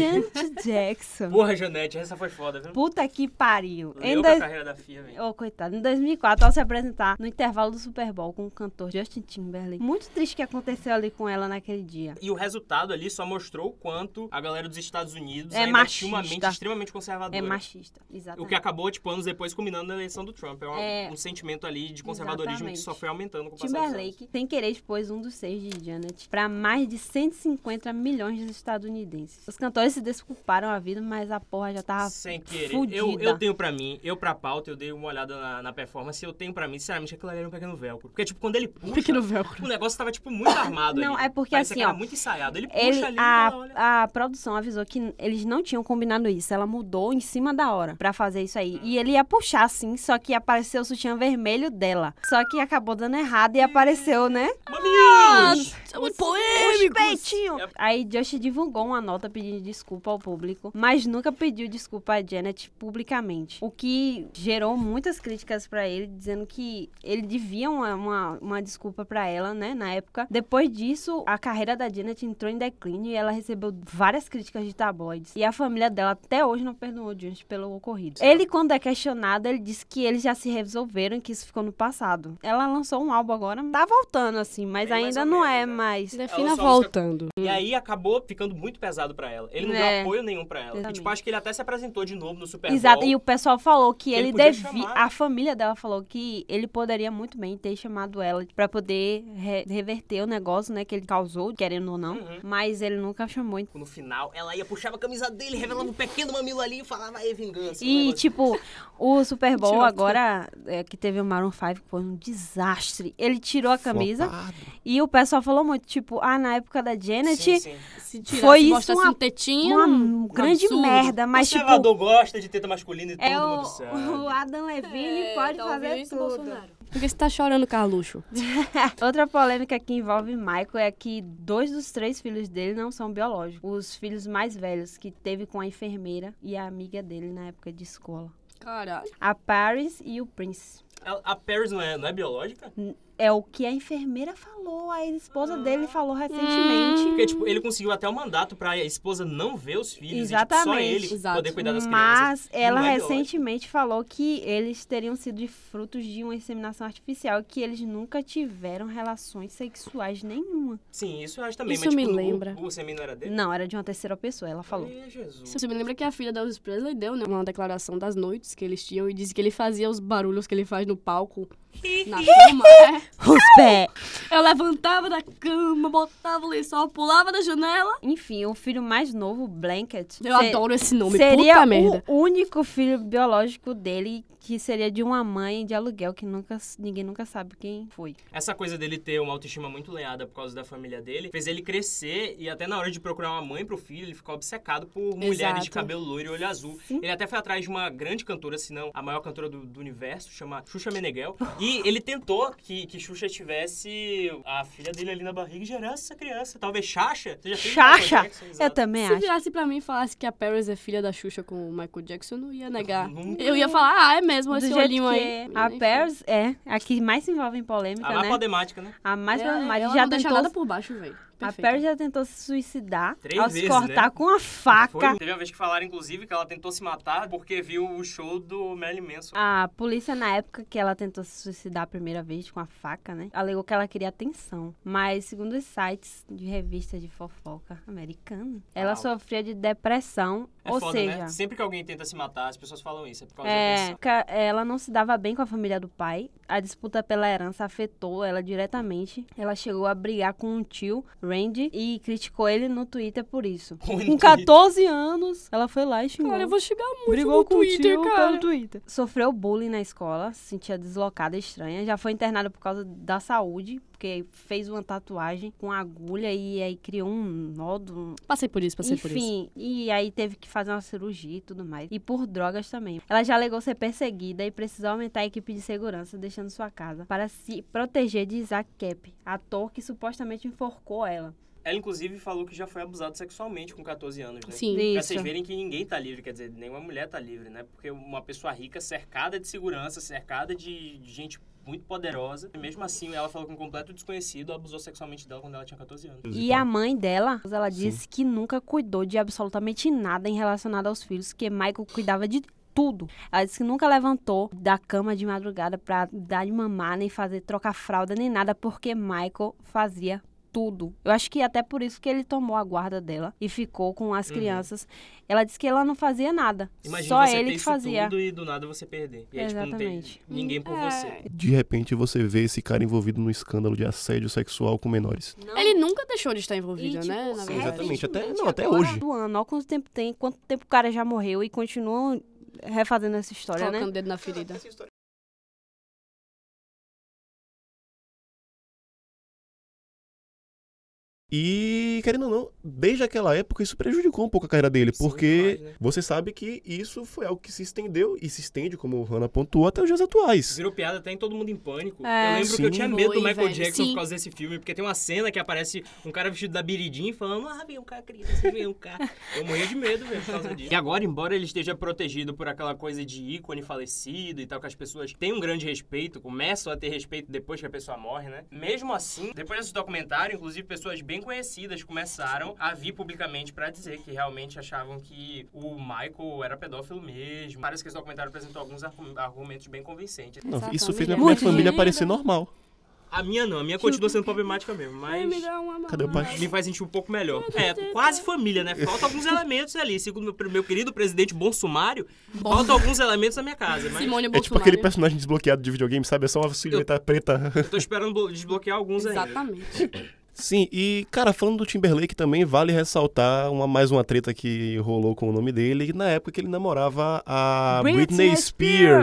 Jackson.
Porra, Janete, essa foi foda, viu?
Puta que pariu.
Leu
Em
da
dois...
carreira da FIA, velho.
Oh, coitado. Em 2004, ao se apresentar no intervalo do Super Bowl com o cantor Justin Timberlake. Muito triste o que aconteceu ali com ela naquele dia.
E o resultado ali só mostrou o quanto a galera dos Estados Unidos
É
ainda tinha uma
machista.
mente extremamente conservadora.
É machista,
O que
exatamente.
acabou, tipo, anos depois, culminando na eleição do Trump. É um,
É.
um sentimento ali de conservadorismo
Exatamente.
que só foi aumentando com o passar dos anos.
Timberlake, sem querer, expôs um dos seis de Janet para mais de 150 milhões de estadunidenses. Os cantores se desculparam a vida, mas a porra já tava
Sem querer.
tá fudida.
Eu, eu tenho pra mim, eu pra pauta, eu dei uma olhada na, na performance, eu tenho pra mim, sinceramente, aquilo ali era um pequeno velcro. Porque, tipo, quando ele puxa,
Pequeno velcro.
o negócio tava, tipo, muito armado
Não,
ali.
é porque
Parecia
assim,
que era
ó,
muito ensaiado. Ele,
Ele,
puxa ali, ela olha...
a, a produção avisou que eles não tinham combinado isso. Ela mudou em cima da hora pra fazer isso
É.
aí. E ele ia puxar, sim, só que apareceu o sutiã vermelho dela. Só que acabou dando errado e apareceu, né?
Mamilos!
É Muito
Os
polêmico.
peitinhos! Aí Josh divulgou uma nota pedindo desculpa ao público, mas nunca pediu desculpa a Janet publicamente. O que gerou muitas críticas pra ele, dizendo que ele devia uma, uma, uma desculpa pra ela, né, na época. Depois disso, a carreira da Janet entrou em declínio e ela recebeu várias críticas de tabloides. E a família dela até hoje não perdoou Janet pelo ocorrido. Ele, quando é questionado, ele disse que eles já se resolveram e que isso ficou no passado. Ela lançou um álbum agora, tá voltando assim, mas
Bem mais
ainda
ou
não
menos, né?
é mais.
Defina
só usa-
voltando.
E aí acabou ficando muito pesado pra ela. Ele não deu
É.
apoio nenhum pra ela. E,
Exatamente.
tipo, acho que ele até se apresentou de novo no Super Bowl.
Exato, e o pessoal falou que
Ele
ele,
podia
devia.
chamar.
A família dela falou que ele poderia muito bem ter chamado ela pra poder re- reverter o negócio, né, que ele causou, querendo ou não.
Uhum.
Mas ele nunca chamou. então.
No final, ela ia, puxava a camisa dele, revelava um pequeno mamilo ali e falava, é vingança. um
E,
negócio
tipo, o Super Bowl
Idiota.
agora, é, que teve o Maroon 5, foi um desastre. Ele tirou a camisa
Flopado.
e o pessoal falou muito, tipo, ah, na época da
assim.
Janet,
Sim, sim.
Se tirar,
Foi
se
isso
mostrar
uma-
assim, um tetinho.
uma grande
absurdo.
merda, mas, tipo,
conservador gosta de teta masculina e
é
todo
o,
é mundo É, sabe.
o Adam
É,
Levine pode
tá
fazer tudo.
Por que você tá chorando, Carluxo?
Outra polêmica que envolve Michael é que dois dos três filhos dele não são biológicos. Os filhos mais velhos que teve com a enfermeira e a amiga dele na época de escola.
Caralho.
A Paris e o Prince.
A, a Paris não é, não é biológica?
É o que a enfermeira falou, a esposa dele falou recentemente.
hum.
Porque, tipo, ele conseguiu até o mandato pra a esposa não ver os filhos. E, tipo, só
Exatamente.
ele
Exato.
poder cuidar das crianças.
Mas ela
Não é
recentemente falou que eles teriam sido frutos de uma inseminação artificial e que eles nunca tiveram relações sexuais nenhuma.
Sim, isso eu acho também.
Isso
mas,
me
tipo,
lembra.
O, o semino era dele?
Não, era de uma terceira pessoa, ela falou.
Ih, Jesus.
Você me lembra que a filha da Elvis Presley deu né, uma declaração das noites que eles tinham e disse que ele fazia os barulhos que ele faz no palco, na cama. É.
os pés.
Eu levantava da cama, botava o lençol, pulava da janela.
Enfim, o filho mais novo, Blanket.
Eu
se-
adoro esse nome,
Seria
puta
o
merda.
único filho biológico dele que seria de uma mãe de aluguel que nunca ninguém nunca sabe quem foi.
Essa coisa dele ter uma autoestima muito lenhada por causa da família dele fez ele crescer e até na hora de procurar uma mãe pro filho, ele ficou obcecado por mulheres de
Exato.
cabelo loiro e olho azul. Ele até foi atrás de uma grande cantora, se não a maior cantora do, do universo, chama Xuxa Meneghel. E ele tentou que, que Xuxa tivesse a filha dele ali na barriga e gerasse essa criança. Talvez Xaxa. Você já fez
Chacha!
Michael Jackson,
Eu
exato.
também
Se
acho.
virasse pra mim e falasse que a Paris é filha da Xuxa com o Michael Jackson, eu não ia negar.
Nunca.
Eu ia falar, ah, é mesmo,
Uhum. Do
esse
jeito
olhinho
que é.
aí.
A
Enfim.
Paris é a que mais se envolve em polêmica,
A má
né?
problemática, né?
A mais
É,
problemática.
ela
Já
não deixa
tentou,
nada por baixo, velho.
a
Perfeito.
Paris já tentou se suicidar
Três
ao se
vezes,
cortar
né?
com a faca.
Foi. Teve uma vez que falaram, inclusive, que ela tentou se matar porque viu o show do Marilyn Manson.
A polícia, na época que ela tentou se suicidar a primeira vez com a faca, né? Alegou que ela queria atenção. Mas, segundo os sites de revistas de fofoca americana, ela
Uau.
sofria de depressão.
É
ou
foda,
seja,
né? Sempre que alguém tenta se matar, as pessoas falam isso. É por causa da
É,
atenção.
ca- ela não se dava bem com a família do pai. A disputa pela herança afetou ela diretamente. Ela chegou a brigar com um tio, Randy, e criticou ele no Twitter por isso.
Põe
Com
no Twitter.
14 anos, ela foi lá e xingou.
Cara, eu vou chegar muito
é Brigou
no
com o
Twitter,
tio
cara.
pelo Twitter. Sofreu bullying na escola, se sentia deslocada, estranha. Já foi internada por causa da saúde, porque fez uma tatuagem com agulha e aí criou um nódulo.
Passei por isso, passei por isso.
Enfim, e aí teve que fazer uma cirurgia e tudo mais. E por drogas também. Ela já alegou ser perseguida e precisou aumentar a equipe de segurança, deixando sua casa, para se proteger de Isaac Cap, ator que supostamente enforcou ela.
Ela, inclusive, falou que já foi abusada sexualmente com 14 anos, né?
Sim.
Pra
Isso.
vocês verem que ninguém tá livre, quer dizer, nenhuma mulher tá livre, né? Porque uma pessoa rica, cercada de segurança, cercada de de gente muito poderosa, e mesmo assim ela falou que um completo desconhecido abusou sexualmente dela quando ela tinha 14 anos.
E a mãe dela, ela
Sim.
disse que nunca cuidou de absolutamente nada em relacionado aos filhos, que Michael cuidava de tudo. Ela disse que nunca levantou da cama de madrugada pra dar de mamar, nem fazer trocar fralda, nem nada, porque Michael fazia tudo. Eu acho que até por isso que ele tomou a guarda dela e ficou com as
Uhum.
crianças. Ela disse que ela não fazia nada.
Imagina
só
você
ele
ter
que
isso
fazia.
tudo e do nada você perder. E aí,
Exatamente.
tipo, não tem ninguém por
É.
você.
De repente você vê esse cara envolvido num escândalo de assédio sexual com menores.
Ele nunca deixou de estar
E,
envolvido,
tipo,
né? Na
é,
verdade.
Exatamente, até-
recentemente,
não, até
agora
hoje.
Do ano, olha quanto tempo tem, quanto tempo o cara já morreu e continuam refazendo essa história, né?
Colocando o dedo na ferida.
E, querendo ou não, desde aquela época isso prejudicou um pouco a carreira dele,
Sim,
porque
demais, né?
você sabe que isso foi algo que se estendeu e se estende, como o Hannah pontuou, até os dias atuais.
Virou piada até em Todo Mundo em Pânico. Eu
É.
lembro que eu
Sim.
tinha medo do
Foi,
Michael
velho,
Jackson
sim.
por causa desse filme, porque tem uma cena que aparece um cara vestido da Biridim falando, ah, vem um cara, criança, vem um cara. Eu morria de medo mesmo por causa disso. E agora, embora ele esteja protegido por aquela coisa de ícone falecido e tal, que as pessoas têm um grande respeito, começam a ter respeito depois que a pessoa morre, né? Mesmo assim, depois desse documentário, inclusive pessoas bem conhecidas começaram a vir publicamente pra dizer que realmente achavam que o Michael era pedófilo mesmo. Parece que esse documentário apresentou alguns argu- argumentos bem convincentes.
Não,
Exatamente.
isso fez minha,
Muito
minha família
dinheiro.
parecer normal.
A minha não, a minha continua sendo problemática mesmo, mas
Me dá uma
Cadê o pai?
me faz sentir um pouco melhor. É, quase família, né? Falta alguns elementos ali. Segundo meu, meu querido presidente Bom Sumário, falta alguns elementos na minha casa, mas
Simone
É
Bolsonaro.
tipo aquele personagem desbloqueado de videogame, sabe? É só uma silhueta preta.
eu tô esperando blo- desbloquear alguns ainda.
Exatamente.
Sim, e cara, falando do Timberlake também, vale ressaltar uma, mais uma treta que rolou com o nome dele, na época que ele namorava a Britney,
Britney
Spears.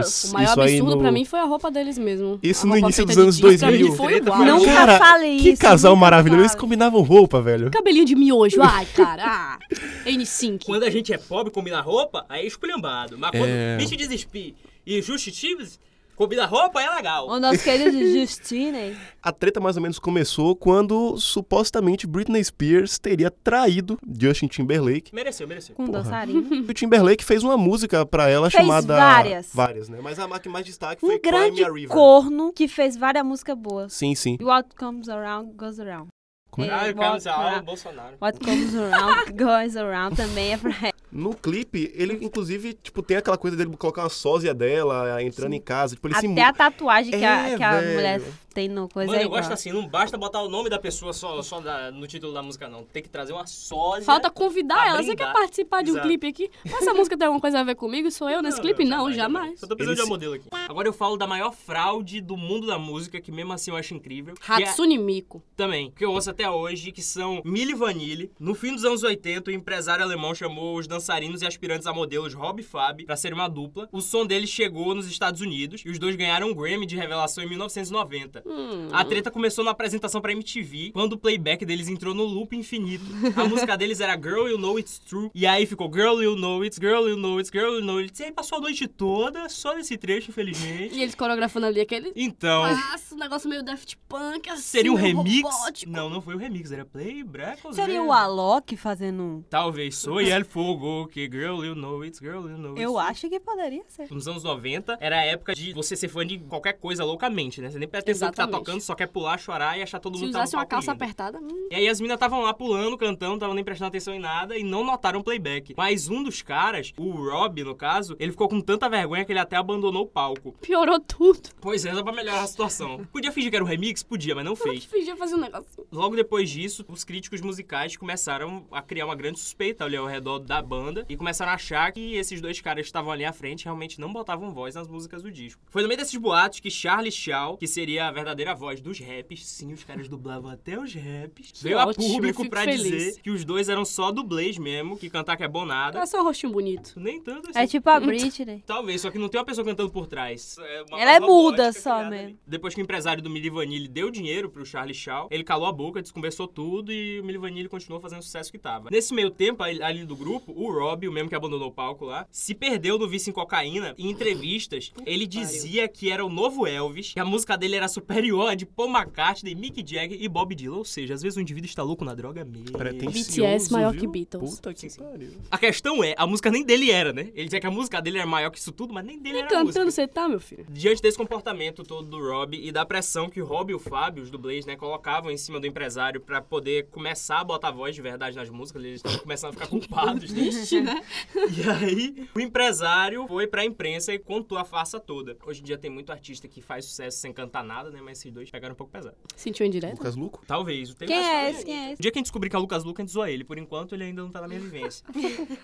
Spears.
O maior
Isso aí
absurdo
no-
pra mim foi a roupa deles mesmo.
Isso
A
no
roupa
início
feita
dos anos
de jeans, pra mim
2000.
Foi
Treta
igual.
foi
Nunca
boa.
Cara,
falei isso.
Que casal
nunca
maravilhoso. Eles
falei.
combinavam roupa, velho.
Cabelinho de miojo, ai, cara. Ah, N5.
Quando a gente é pobre e combina roupa, aí é esculhambado. Mas quando
É.
bicho desespia e justitivos, combina roupa, é legal.
O nosso querido Justine.
A treta mais ou menos começou quando supostamente Britney Spears teria traído Justin Timberlake.
Mereceu, mereceu.
Com dançarino.
E o Timberlake fez uma música pra ela
Fez
chamada.
várias.
Várias, né? Mas a ma- que mais destaque foi
Um grande
Climb a River.
corno que fez várias músicas boas.
Sim, sim.
What comes around goes around.
Como é?
É.
Ah, o Carlos
volta pra-
Alves, Bolsonaro.
What comes around goes around também é pra
No clipe, ele, inclusive, tipo, tem aquela coisa dele colocar uma sósia dela entrando em casa. Tipo, ele se
Até
muda.
a tatuagem que, a,
É,
que a
velho.
mulher tem no coisa
Mano,
é
eu gosto
igual.
assim, não basta botar o nome da pessoa só, só da- no título da música, não. Tem que trazer uma sósia.
Falta convidar
Pra
ela.
tá
Você
brindar.
quer participar de um
Exato.
clipe aqui? Mas essa música tem alguma coisa a ver comigo? Sou eu nesse clipe? Não, jamais.
Eu tô precisando
Ele
de uma
se-
modelo aqui. Agora eu falo da maior fraude do mundo da música, que mesmo assim eu acho incrível. que é-
Hatsune Miku.
também, que eu ouço até hoje, que são Milli Vanilli. No fim dos anos 80, o empresário alemão chamou os dançarinos e aspirantes a modelos Rob e Fab pra serem uma dupla. O som deles chegou nos Estados Unidos e os dois ganharam um Grammy de revelação em 1990.
Hum.
A treta começou na apresentação pra MTV, quando o playback deles entrou no loop infinito. A música deles era Girl You Know It's True, e aí ficou Girl You Know It's, Girl You Know It's, Girl You Know It's. E aí passou a noite toda só nesse trecho, infelizmente.
E eles coreografando ali aquele.
Então,
Nossa, um negócio meio Daft Punk, assim.
seria um remix?
robótico.
Não, não foi um remix, era Play Black Ops
Seria
Girl.
o Alok fazendo um.
Talvez Sou El Fogo, que Girl You Know It's, Girl You Know It's.
assim?
Eu acho que poderia ser.
Nos anos 90, era a época de você ser fã de qualquer coisa loucamente, né? Você nem presta atenção no que tá
Exatamente.
tocando, só quer pular, chorar e achar todo
Se
mundo que tá no
usasse uma
palco
calça
lindo.
apertada. hum.
E aí as meninas estavam lá pulando, cantando, estavam nem prestando atenção em nada e não notaram o playback. Mas um dos caras, o Rob, no caso, ele ficou com tanta vergonha que ele até abandonou o palco.
Piorou tudo.
Pois é, só pra melhorar a situação. Podia fingir que era um remix? Podia, mas não
Eu
fez.
fingia fazer um negócio.
Logo depois disso, os críticos musicais começaram a criar uma grande suspeita ali ao redor da banda e começaram a achar que esses dois caras que estavam ali à frente realmente não botavam voz nas músicas do disco. Foi no meio desses boatos que Charlie Shaw, que seria a verdadeira voz dos raps, sim, os caras dublavam até os raps, veio
ótimo,
a
eu
público
fico
pra
feliz.
dizer que os dois eram só dublês mesmo, que cantar que é bom nada.
Era só um rostinho bonito.
Nem tanto assim.
É tipo a Britney.
Talvez, só que não tem uma pessoa cantando por trás. uma
Ela é
voz robótica
muda só
criada
mesmo.
ali. Depois que o empresário do Milli Vanilli deu dinheiro pro Charlie Shaw, ele calou a boca, desconversou tudo e o Milli Vanilli continuou fazendo o sucesso que tava. Nesse meio tempo, ali ali do grupo, o Rob, o mesmo que abandonou o palco lá, se perdeu no vício em cocaína. Em entrevistas, ele dizia que era o novo Elvis, que a música dele era superior à de Paul McCartney, Mick Jagger e Bob Dylan. Ou seja, às vezes o indivíduo está louco na droga mesmo.
Pretencioso,
BTS maior
é viu?
que Beatles.
Puta que
Sim, sim.
pariu.
A questão é, a música nem dele era, né? Ele dizia que a música dele era maior que isso tudo, mas nem dele
Nem
era a música.
cantando você tá, meu filho?
Diante desse comportamento todo do Rob e da pressão que o Rob e o Fábio, os dublês, né, colocavam em cima do empresário pra poder começar a botar voz de verdade nas músicas, eles estavam começando a ficar culpados, né?
Triste, né?
E aí, o empresário foi pra imprensa e contou a farsa toda. Hoje em dia tem muito artista que faz sucesso sem cantar nada, né, mas esses dois pegaram um pouco pesado.
Sentiu indireto?
Lucas Luco?
Talvez. Tem
Quem
mais
é
coisa
esse?
aí.
Quem é esse?
O dia que a gente descobrir que é o Lucas Luca, a gente zoa ele. Por enquanto, ele ainda não tá na minha vivência.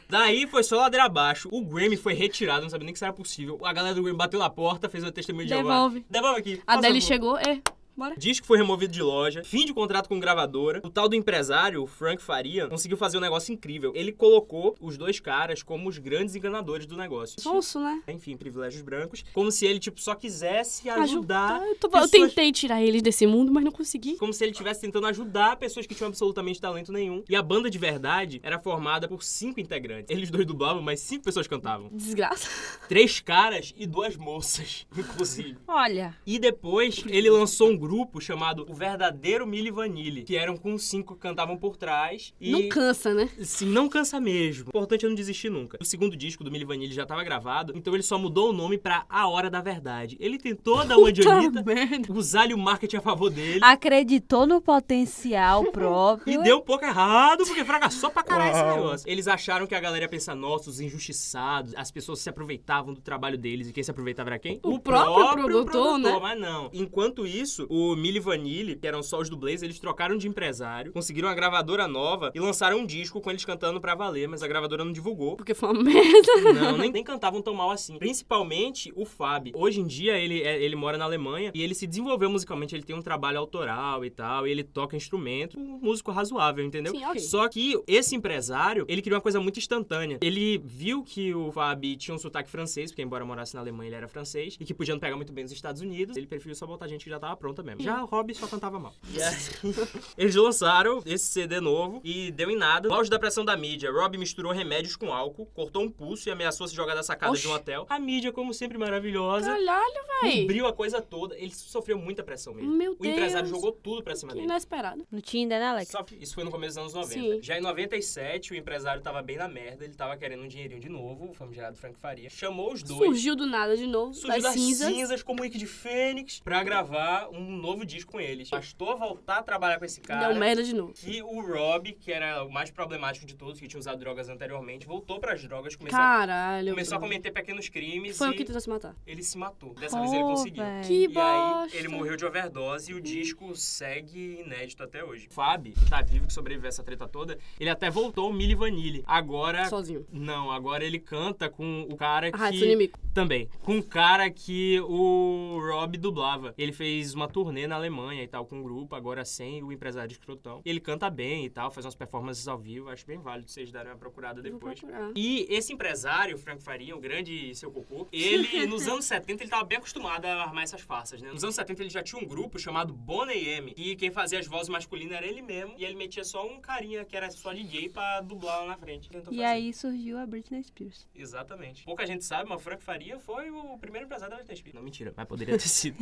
Daí foi só ladeira abaixo. O Grammy foi retirado, não sabia nem que isso era possível. A galera do Grammy bateu na porta, fez uma testemunha de Jeová.
Devolve.
Devolve aqui.
A
Faz
Deli
favor.
chegou, é. Bora.
Disco foi removido de loja, fim de contrato com gravadora. O tal do empresário, o Frank Faria, conseguiu fazer um negócio incrível. Ele colocou os dois caras como os grandes enganadores do negócio.
Sonso, né?
Enfim, privilégios brancos. Como se ele, tipo, só quisesse ajudar.
Ajudar. Ah, Eu, tô- eu
Ah, pessoas-
tentei tirar eles desse mundo, mas não consegui.
Como se ele estivesse tentando ajudar pessoas que tinham absolutamente talento nenhum. E a banda de verdade era formada por cinco integrantes. Eles dois dublavam, mas cinco pessoas cantavam.
Desgraça.
Três caras e duas moças, inclusive.
Olha,
E depois ele lançou um grupo chamado O Verdadeiro Milli Vanille, que eram com cinco que cantavam por trás. E...
Não cansa, né?
Sim, não cansa mesmo. O importante é não desistir nunca. O segundo disco do Milli Vanille já estava gravado, então ele só mudou o nome pra A Hora da Verdade. Ele tentou dar uma de
Tá
Anitta,
merda.
usar o marketing a favor dele.
acreditou no potencial próprio.
E deu um pouco errado, porque fracassou pra caralho esse
Uau.
negócio. Eles acharam que a galera ia pensar, nossa, os injustiçados, as pessoas se aproveitavam do trabalho deles, e quem se aproveitava era quem?
O próprio produtor, né?
Mas não. Enquanto isso, o Milli Vanilli, que eram só os dublês, eles trocaram de empresário, conseguiram uma gravadora nova e lançaram um disco com eles cantando pra valer, mas a gravadora não divulgou.
Porque foi uma merda.
Não, nem, nem cantavam tão mal assim. Principalmente o Fábio. Hoje em dia ele, é- ele mora na Alemanha e ele se desenvolveu musicalmente. Ele tem um trabalho autoral e tal, e ele toca instrumento. Um músico razoável, entendeu?
Sim, ok.
Só que esse empresário, ele queria uma coisa muito instantânea. Ele viu que o Fábio tinha um sotaque francês, porque embora morasse na Alemanha ele era francês, e que podiam pegar muito bem nos Estados Unidos. Ele preferiu só botar gente que já tava pronta mesmo.
Hum.
Já o Rob só cantava mal. E aí, eles lançaram esse CD novo e deu em nada. No auge da pressão da mídia, Rob misturou remédios com álcool, cortou um pulso e ameaçou se jogar da sacada
Oxi.
de um hotel. A mídia, como sempre, maravilhosa.
Caralho, véi.
Cobriu a coisa toda. Ele sofreu muita pressão mesmo.
Meu
um o empresário
Deus.
jogou tudo pra cima
Que
dele.
inesperado.
No Tinder, né, Alex?
Só que isso foi no começo dos anos 90.
Sim.
Já em 97, o empresário tava bem na merda, ele tava querendo um dinheirinho de novo, o famigerado Frank Faria. Chamou os dois.
Surgiu do nada de novo,
Surgiu
das cinzas.
cinzas como o Ike de Fênix pra gravar um um novo disco com eles. Bastou a voltar a trabalhar com esse cara.
Deu merda de novo.
Que o Rob, que era o mais problemático de todos, que tinha usado drogas anteriormente, voltou pras drogas, começou, a-
Caralho.
começou a
Bruno.
cometer pequenos crimes
Foi
e
o que tentou se matar.
ele se matou. Dessa vez ele
Pô,
conseguiu.
véi.
Que
É, E aí,
bosta.
ele morreu de overdose e o disco segue inédito até hoje. Fábio, que tá vivo, que sobreviveu a essa treta toda, ele até voltou ao Milli Vanilli. Agora.
Sozinho.
Não, agora ele canta com o cara que.
Ah, inimigo.
Também. Com um cara que o Rob dublava. Ele fez uma turnê na Alemanha e tal, com um grupo, agora sem o empresário escrotão. Ele canta bem e tal, faz umas performances ao vivo. Acho bem válido vocês darem uma procurada
Vou
depois.
procurar.
E esse empresário, Frank Faria, o grande seu cocô, ele, nos anos 70, ele tava bem acostumado a armar essas farsas, né? Nos anos 70, ele já tinha um grupo chamado Bonnie M, que quem fazia as vozes masculinas era ele mesmo, e ele metia só um carinha que era só de gay pra dublar lá na frente. Tentou
E
fazer.
aí surgiu a Britney Spears.
Exatamente. Pouca gente sabe, mas Frank Faria foi o primeiro empresário da Britney Spears. Não, mentira, mas poderia ter sido.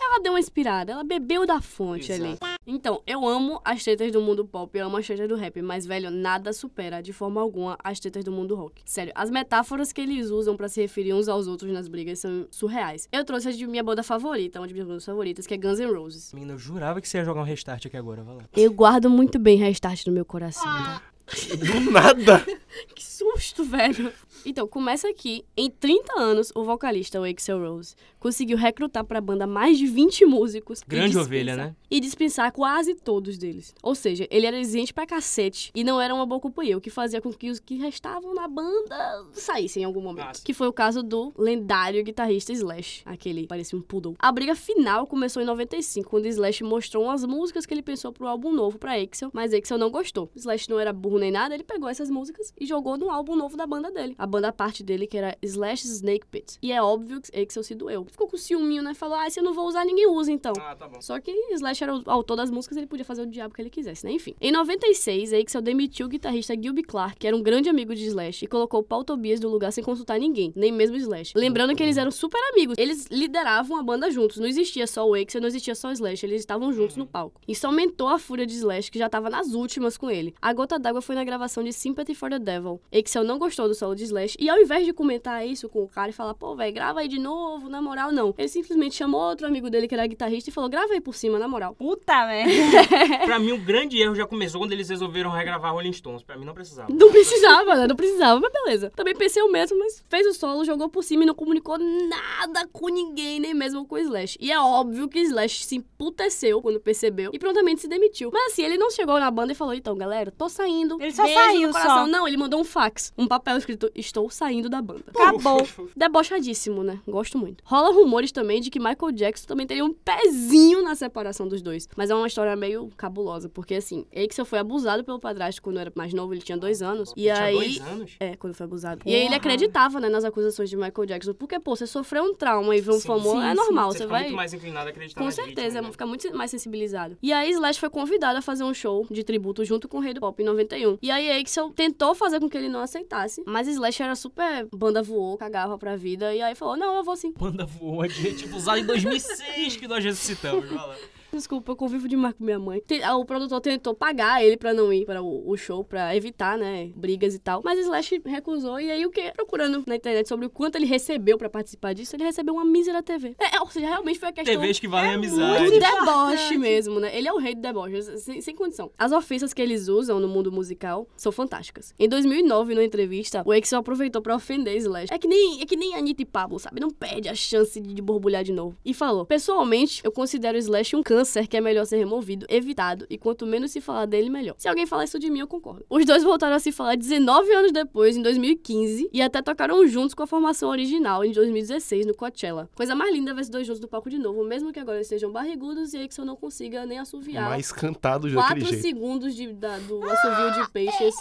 Ela deu uma inspirada, ela bebeu da fonte
Exato.
ali. Então, eu amo as tretas do mundo pop, eu amo as tretas do rap, mas, velho, nada supera de forma alguma as tretas do mundo rock. Sério, as metáforas que eles usam pra se referir uns aos outros nas brigas são surreais. Eu trouxe as de minha banda favorita, uma de minhas bandas favoritas, que é Guns N' Roses.
Menina, eu jurava que você ia jogar um restart aqui agora, vai lá.
Eu guardo muito bem restart no meu coração. É.
Do nada!
Ah, Que susto, velho. Então, começa aqui. Em 30 anos, o vocalista Axel Rose conseguiu recrutar pra banda mais de 20 músicos. e
Grande
dispensar-
ovelha, né?
E dispensar quase todos deles. Ou seja, ele era exigente pra cacete e não era uma boa companhia, o que fazia com que os que restavam na banda saíssem em algum momento.
Nossa.
Que foi o caso do lendário guitarrista Slash, aquele que parecia um poodle. A briga final começou em 95, quando Slash mostrou umas músicas que ele pensou pro álbum novo pra Axel, mas Axel não gostou. Slash não era burro nem nada, ele pegou essas músicas e jogou no álbum novo da banda dele. A banda parte dele que era Slash Snake Pit. E é óbvio que Axel se doeu. Ficou com ciúminho, né? Falou: "Ah, se eu não vou usar, ninguém usa então".
Ah, tá bom.
Só que Slash era o autor das músicas, ele podia fazer o diabo que ele quisesse, né? Enfim. Em 96, Axel demitiu o guitarrista Gilby Clark, que era um grande amigo de Slash, e colocou Paul Tobias no lugar sem consultar ninguém, nem mesmo Slash. Lembrando que eles eram super amigos, eles lideravam a banda juntos, não existia só o Axel, não existia só o Slash, eles estavam juntos no palco. Isso aumentou a fúria de Slash, que já tava nas últimas com ele. A gota d'água foi na gravação de Sympathy for the Devil. Axel não gostou do solo de Slash, e ao invés de comentar isso com o cara e falar, pô, velho, grava aí de novo, na moral, não. Ele simplesmente chamou outro amigo dele, que era guitarrista, e falou, grava aí por cima, na moral.
Puta merda.
pra mim, o grande erro já começou quando eles resolveram regravar Rolling Stones. Pra mim, não precisava.
Não precisava, né? Não precisava, mas beleza. Também pensei o mesmo, mas fez o solo, jogou por cima e não comunicou nada com ninguém, nem mesmo com o Slash. E é óbvio que Slash se emputeceu quando percebeu e prontamente se demitiu. Mas assim, ele não chegou na banda e falou: então, galera, tô saindo.
Ele só
Beijo
saiu,
no coração.
só.
Não, ele mandou um fax, um papel escrito: estou saindo da banda.
Acabou.
Debochadíssimo, né? Gosto muito. Rola rumores também de que Michael Jackson também teria um pezinho na separação dos dois. Mas é uma história meio cabulosa, porque assim, Axel foi abusado pelo padrasto quando era mais novo, ele tinha dois anos. E
Tinha
aí.
dois anos?
É, quando foi abusado. E aí ele
Porra.
acreditava, né, nas acusações de Michael Jackson. Porque, pô, você sofreu um trauma e vê um
Sim,
famoso,
sim,
é
sim.
normal,
você
você
fica
vai...
muito mais inclinado a acreditar
Com
nas
certeza,
vítimas, né?
fica muito mais sensibilizado. E aí Slash foi convidado a fazer um show de tributo junto com o Rei do Pop em 91. E aí Axel tentou fazer com que ele não aceitasse, mas Slash era super banda voou, cagava pra vida, e aí falou, não, eu vou sim.
Banda voa de tipo usada em 2006 que nós ressuscitamos. vai lá.
Desculpa, eu convivo demais com minha mãe. Te- ah, O produtor tentou pagar ele pra não ir para o, o show, pra evitar, né, brigas e tal. Mas Slash recusou. E aí, o que? Procurando na internet sobre o quanto ele recebeu pra participar disso, ele recebeu uma mísera TV. É, é, ou seja, realmente foi a questão...
TVs que valem amizade.
é Muito deboche mesmo, né? Ele é o rei do deboche, sem, sem condição. As ofensas que eles usam no mundo musical são fantásticas. Em 2009, numa entrevista, o Axel aproveitou pra ofender Slash. É que nem, é que nem Anitta e Pablo, sabe? Não perde a chance de, de borbulhar de novo. E falou: Pessoalmente, eu considero Slash um câncer que é melhor ser removido, evitado, e quanto menos se falar dele, melhor. Se alguém falar isso de mim, eu concordo. Os dois voltaram a se falar 19 anos depois, em 2015, e até tocaram juntos com a formação original em 2016 no Coachella. Coisa mais linda é ver esses dois juntos no palco de novo, mesmo que agora eles sejam barrigudos e aí que eu não consiga nem assoviar.
Mais cantado de daquele
Quatro
jeito.
segundos de, da- do assovio de peixes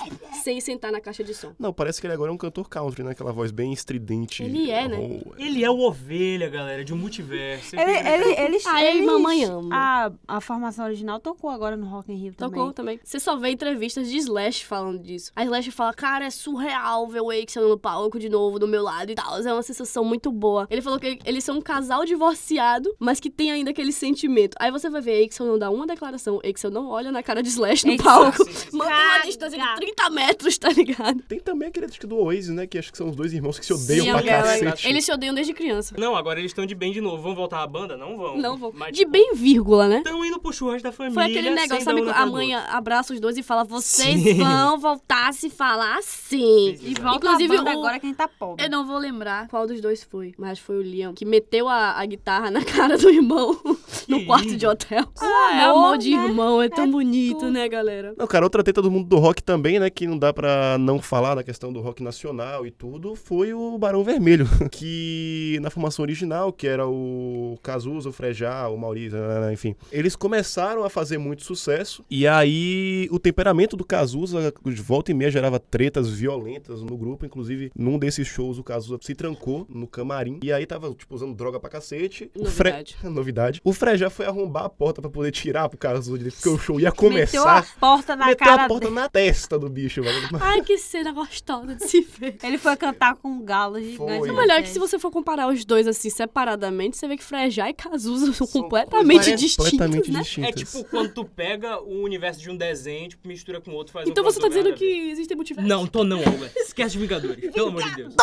sem sentar na caixa de som.
Não, parece que ele agora é um cantor country, né? Aquela voz bem estridente.
Ele é, né?
Oh,
Ele é o ovelha, galera, de um multiverso.
Ele, ele, ele,
Ai,
ele-
mamãe ama.
a, a formação original tocou agora no Rock in Rio também.
Tocou também. Você só vê entrevistas de Slash falando disso. A Slash fala, cara, é surreal ver o Aikson no palco de novo, do meu lado e tal. É uma sensação muito boa. Ele falou que eles são um casal divorciado, mas que tem ainda aquele sentimento. Aí você vai ver, Aikson não dá uma declaração, Aikson não olha na cara de Slash no
Aikson,
palco.
sim, sim.
Mantém uma distância de 30 metros, tá ligado?
Tem também aquele disco do Oasis, né? Que acho que são os dois irmãos que se odeiam
Sim, é
pra
galera.
cacete.
Eles se odeiam desde criança.
Não, agora eles estão de bem de novo. Vão voltar à banda? Não vão.
Não vou.
Mas,
De bem vírgula, né?
Estão indo pro churrasco da família.
Foi aquele negócio,
sem
sabe?
dar um
A
no
mãe
outro.
abraça os dois e fala: vocês
Sim.
vão voltar a se falar assim.
E
Volta
Inclusive,
a banda
o-
agora que a gente tá pobre.
Eu não vou lembrar qual dos dois foi, mas foi o Liam que meteu a, a guitarra na cara do irmão no quarto de hotel. Ah, é amor
amor,
de
né?
irmão, é tão
É
bonito,
tudo.
né, galera?
Não, cara, outra teta do mundo do rock também, né, que não dá pra não falar da questão do rock nacional e tudo, foi o Barão Vermelho, que na formação original, que era o Cazuza, o Frejá, o Maurício, né, enfim, eles começaram a fazer muito sucesso, e aí o temperamento do Cazuza, de volta e meia, gerava tretas violentas no grupo, inclusive num desses shows o Cazuza se trancou no camarim, e aí tava, tipo, usando droga pra cacete. O Fre-
Novidade.
Novidade. O Frejá foi arrombar a porta pra poder tirar pro Cazuza, de dentro, porque o show ia
Meteu a
começar.
porta na
Meteu
cara
a porta
dele.
na testa do bicho, velho. Tipo
Ai, que cena gostosa de se ver.
Ele foi cantar com um galo gigante.
Foi.
O
Pois
melhor
é
é que se você for comparar os dois assim separadamente, você vê que Frejá e Cazuza são
São
completamente
coisas
distintos,
assim, Completamente
né?
distintas.
É tipo quando tu pega o universo de um desenho, tipo, mistura com outro, faz
Então
um
você tá dizendo
crossover,
que
nada
existem
a
multiversos?
ver. Não, tô não, Olga. Esquece os Vingadores, pelo amor de Deus.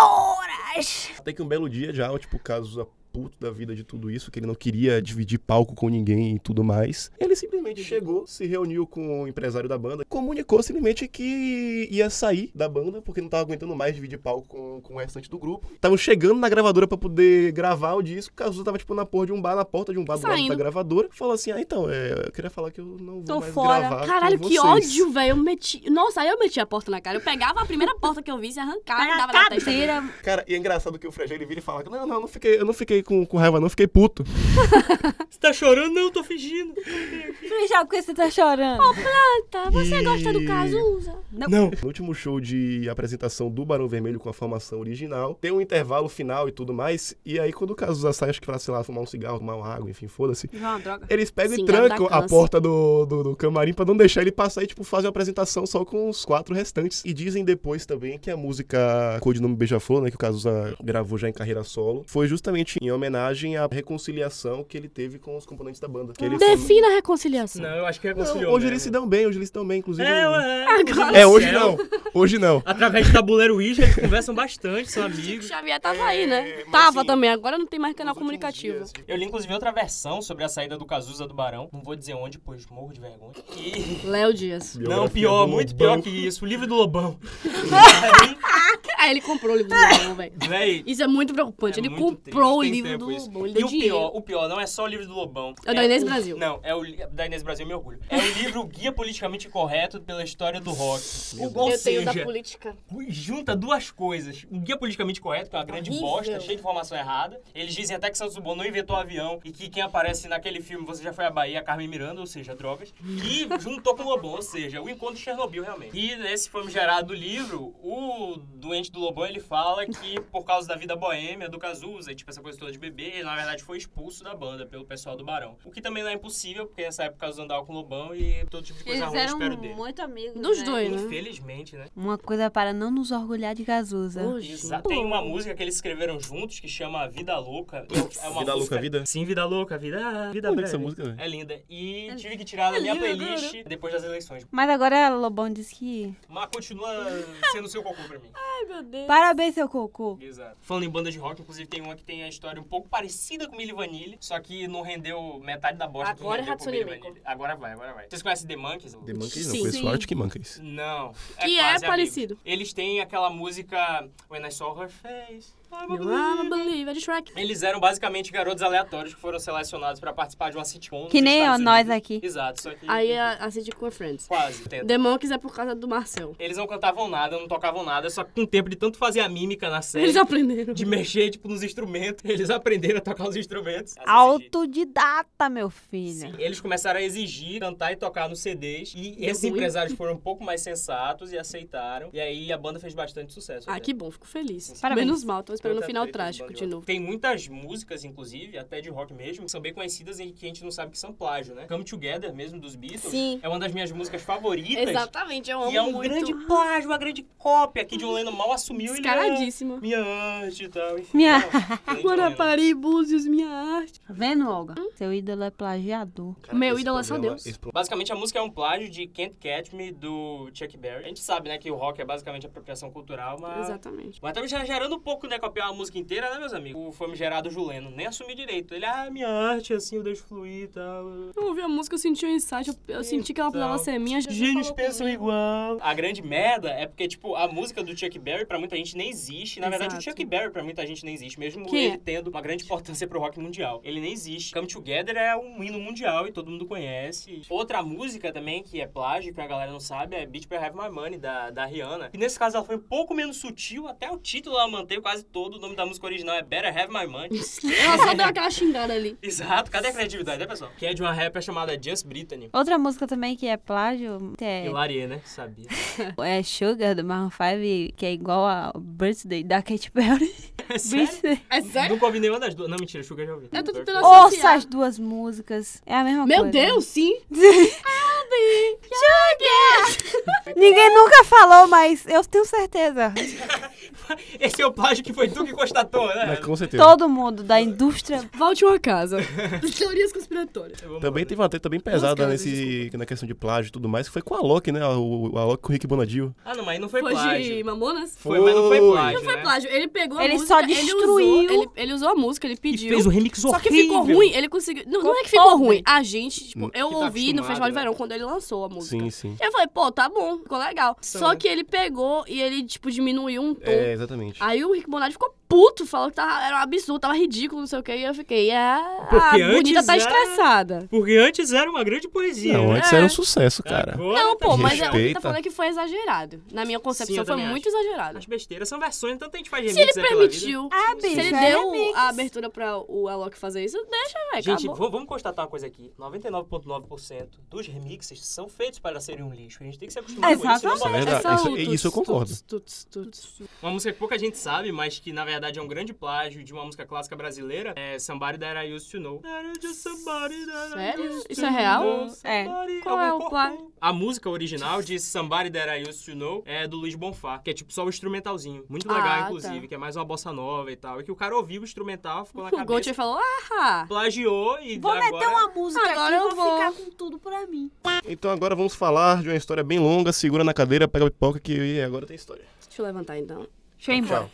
Até que um belo dia já, tipo, Cazuza puto da vida de tudo isso, que ele não queria dividir palco com ninguém e tudo mais. Ele simplesmente chegou, se reuniu com o empresário da banda, comunicou simplesmente que ia sair da banda, porque não tava aguentando mais dividir palco com, com o restante do grupo. Estavam chegando na gravadora pra poder gravar o disco, Cazuza tava, tipo, na porra de um bar, na porta de um bar do lado
Saindo.
da gravadora. Falou assim, ah, então, é, eu queria falar que eu não vou
Tô
mais
fora.
gravar com
Caralho, que
vocês."
ódio, velho. Eu meti. Nossa, aí eu meti a porta na cara. Eu pegava a primeira porta que eu visse, arrancava e
Pega
dava
a
na testa. dele.
cadeira.
Cara, e é engraçado que o Frejá ele vira e fala: Não, não, eu não fiquei, eu não fiquei com, com raiva, não, eu fiquei puto.
Você tá chorando? Não, eu tô fingindo.
Frejá, por que você tá chorando?
Tá, você
E-
gosta do Cazuza?
Não. No último show de apresentação do Barão Vermelho com a formação original, tem um intervalo final e tudo mais. E aí, quando o Cazuza sai, acho que pra, sei lá, fumar um cigarro, tomar uma água, enfim, foda-se.
João, droga.
Eles pegam e
Cigarro dá
trancam a
câncer.
porta do, do, do camarim pra não deixar ele passar e, tipo, fazer uma apresentação só com os quatro restantes. E dizem depois também que a música Codinome Beija-Flor, né, que o Cazuza gravou já em carreira solo, foi justamente em homenagem à reconciliação que ele teve com os componentes da banda. Que ele
Defina a reconciliação.
Não, eu acho que é
Não,
reconciliou.
hoje
mesmo.
eles se dão bem, hoje eles se dão bem, inclusive.
É,
o-
ué.
Agora-
é hoje não. Hoje
é
não.
Através de tabuleiro Ouija, eles conversam bastante, são amigos.
Xavier tava aí, né?
É, mas
Tava
assim,
também, agora não tem mais canal
Nos últimos
comunicativo.
dias,
Eu li, inclusive, outra versão sobre a saída do Cazuza do Barão. Não vou dizer onde, pois morro de vergonha. E...
Léo Dias.
Não,
biografia
pior,
do
muito
Lobão.
pior que isso. O livro do Lobão.
Ah, ele comprou o livro do Lobão, velho.
Véi.
Isso é muito preocupante.
é
ele
muito
comprou o
triste, tem
livro do
tempo isso.
Lobão. Ele
E
deu
o
dinheiro.
pior, o pior não é só o livro do Lobão.
É o da Inês
o-
Brasil.
Não, é o li- da Inês Brasil Meu Orgulho. É o livro Guia Politicamente Correto pela História do Rock. O, ou
Eu tenho
seja,
da política.
junta duas coisas. Um guia politicamente correto, que é uma grande
Horrível.
bosta, cheio de informação errada. Eles dizem até que Santos Dumont não inventou o avião e que quem aparece naquele filme Você Já Foi à Bahia, Carmen Miranda, ou seja, drogas. E juntou com o Lobão, ou seja, o encontro de Chernobyl, realmente. E nesse filme gerado livro, o doente do Lobão, ele fala que por causa da vida boêmia, do Cazuza, e tipo essa coisa toda de bebê, ele na verdade foi expulso da banda pelo pessoal do Barão. O que também não é impossível, porque nessa época o Cazuza andava com o Lobão e todo tipo de coisa ruim, eu espero dele.
muito amigos.
Dos
É,
dois, né?
Infelizmente, né?
Uma coisa para não nos orgulhar de Cazuza.
Hoje.
Exato. Tem uma música que eles escreveram juntos que chama Vida Louca. É uma
Vida
música-
louca, vida.
Sim, Vida Louca, Vida, vida
Bonita
breve.
essa música, né? velho.
É linda. E tive que tirar da minha
linda,
playlist depois das eleições.
Mas agora Lobão disse que.
Mas continua sendo seu cocô pra mim.
Ai, meu Deus.
Parabéns, seu cocô.
Exato. Falando em banda de rock, inclusive tem uma que tem a história um pouco parecida com Milli Vanilli, só que não rendeu metade da bosta
Agora
que rendeu pro
Hatsune
Milli
Miku.
Vanilli. Agora vai, agora vai. Vocês conhecem The Monkeys?
The Monkeys
Sim.
não, conheço
Sim.
o Arctic Monkeys.
Não.
Que é
quase, amigo.
parecido.
Eles têm aquela música When I Saw Her Face. I'm a
Não, I'm a believer de Shrek.
Eles eram basicamente garotos aleatórios que foram selecionados pra participar de uma sitcom. nos
Que nem
Estados
eu, nós
Unidos.
aqui.
Exato, só que.
Aí ah, a, a Cindy com a Friends.
Quase, tenta.
The Monkeys é por causa do Marcel.
Eles não cantavam nada, não tocavam nada, só que com o tempo de tanto fazer a mímica na série,
Eles aprenderam.
de mexer, tipo, nos instrumentos. Eles aprenderam a tocar os instrumentos.
é Autodidata, meu filho.
Sim, eles começaram a exigir cantar e tocar nos CDs. E esses
Ruim.
empresários foram um pouco mais sensatos e aceitaram. E aí a banda fez bastante sucesso. né?
Ah,
até.
que bom, fico feliz.
Parabéns.
Menos mal, tô esperando o
Tanta
final
treta do
trágico de
Bandiola.
novo.
Tem muitas músicas, inclusive, até de rock mesmo, que são bem conhecidas e que a gente não sabe que são plágio, né? Come Together, mesmo dos Beatles,
Sim.
é uma das minhas músicas favoritas.
Exatamente, eu amo
E é um
muito.
grande plágio, uma grande cópia que John Lennon mal assumiu. Ele é
Descaradíssimo.
minha arte e tal. Enfim,
Minha-
não, grande Lennon.
Guarapari, Búzios, minha arte.
Tá vendo, Olga? Seu ídolo é plagiador.
Cara,
Meu
esse
ídolo é só
programa-
Deus.
esse pro-
Basicamente, a música é um plágio de Can't Catch Me, do Chuck Berry. A gente sabe, né, que o rock é basicamente apropriação cultural, mas...
Exatamente.
Mas também já gerando um pouco, né? Copiar a música inteira, né, meus amigos? O famigerado Juleno nem assumi direito. Ele, ah, minha arte, assim, eu deixo fluir e tal.
Eu ouvi a música, eu senti o insight, eu, eu senti que ela precisava
Então,
ser minha. Jesus
Gênios
falou
pensam
comigo.
igual. A grande merda é porque, tipo, a música do Chuck Berry pra muita gente nem existe. Na verdade, o
Exato.
Chuck Berry pra muita gente nem existe, mesmo
Que
ele
é?
tendo uma grande importância pro rock mundial. Ele nem existe. Come Together é um hino mundial e todo mundo conhece. Outra música também que é plágio, que a galera não sabe, é Beat Better Have My Money, da, da Rihanna. E nesse caso ela foi um pouco menos sutil, até o título ela manteve quase todo. O nome da música original é Better Have My Money.
Ela só deu aquela xingada ali.
Exato, cadê a criatividade, né, pessoal? Que é de uma rapper chamada Just Brittany.
Outra música também que é plágio é,
Hilarie, né? Sabia.
é Sugar, do Maroon 5, que é igual a Birthday da Katy Perry. Birthday.
É sério?
Nunca ouvi nenhuma das duas. Não, mentira, Sugar já ouvi.
Eu tô tentando associar.
Ouça as duas músicas. É a mesma
Meu
coisa.
Deus, sim.
Ninguém nunca falou, mas eu tenho certeza.
Esse é o plágio que foi tu que constatou, né?
Mas É, com certeza.
Todo mundo da indústria
Volte uma casa. Teorias conspiratórias.
Vamos
Também
lá.
teve uma treta bem
Duas
pesada
casas,
nesse, na questão de plágio e tudo mais, que foi com a Loki, né? O, o Alok com o Rick Bonadio.
Ah, não, mas aí não foi,
Foi
plágio.
de Mamonas?
Foi, mas não foi
Foi.
plágio.
Não foi
né?
plágio. Ele pegou a
Ele
música,
só destruiu.
Ele usou, ele, ele usou a música, ele
E
pediu.
fez um remix
Só
horrível.
que ficou ruim, ele conseguiu. Não, não é que ficou
Ficou
ruim.
ruim.
A gente, tipo, eu
que tá
ouvi no
acostumado,
Festival de
né?
Verão quando ele lançou a música.
Sim, sim.
Eu falei, pô, tá bom, ficou legal. Só
né?
que ele pegou e ele, tipo, diminuiu um tom.
É, exatamente.
Aí o Rick Bonadio ficou puto, falou que tava, era um absurdo, tava ridículo, não sei o que. E eu fiquei, ah, a
Porque antes
bonita tá
era-
estressada.
Porque antes era uma grande poesia.
Não,
né?
antes era um sucesso, cara.
Agora
Não,
tá
pô,
difícil.
mas é, o que tá
Respeita.
falando é que foi exagerado. Na minha
Sim,
concepção,
eu
foi
também
muito exagerado.
As besteiras são versões, tanto a gente faz remix.
Se ele
aí pela vida.
permitiu,
Ah,
se
bicho,
ele
é
deu
remix.
a abertura pra o Alok fazer isso, deixa, velho,
Gente,
acabou.
v- vamos constatar uma coisa aqui. 99,9% dos remixes são feitos para serem um lixo. A gente tem que se acostumar com isso. e não
Exatamente.
É
bolar-
verdade,
Essa
isso-
o
isso eu
tuts,
concordo.
tuts, tuts, tuts.
Uma música que pouca gente sabe, mas que na verdade é um grande plágio de uma música clássica brasileira, é Somebody That I Used To Know.
Sério? Isso é real?
É.
Qual é o plágio?
A música original de Somebody That I Used To Know é do Luiz Bonfá, que é tipo só o instrumentalzinho. Muito legal,
Ah,
inclusive,
tá.
que é mais uma bossa nova e tal. E que o cara ouviu o instrumental, ficou na
O
cabeça,
Gautier falou, ah,
plagiou e
Vou
agora...
meter uma música
Agora
aqui,
eu
vou
vou.
ficar com tudo pra mim.
Então agora vamos falar de uma história bem longa, segura na cadeira, pega a pipoca que agora tem história.
deixa eu levantar então.
Deixa eu ir embora.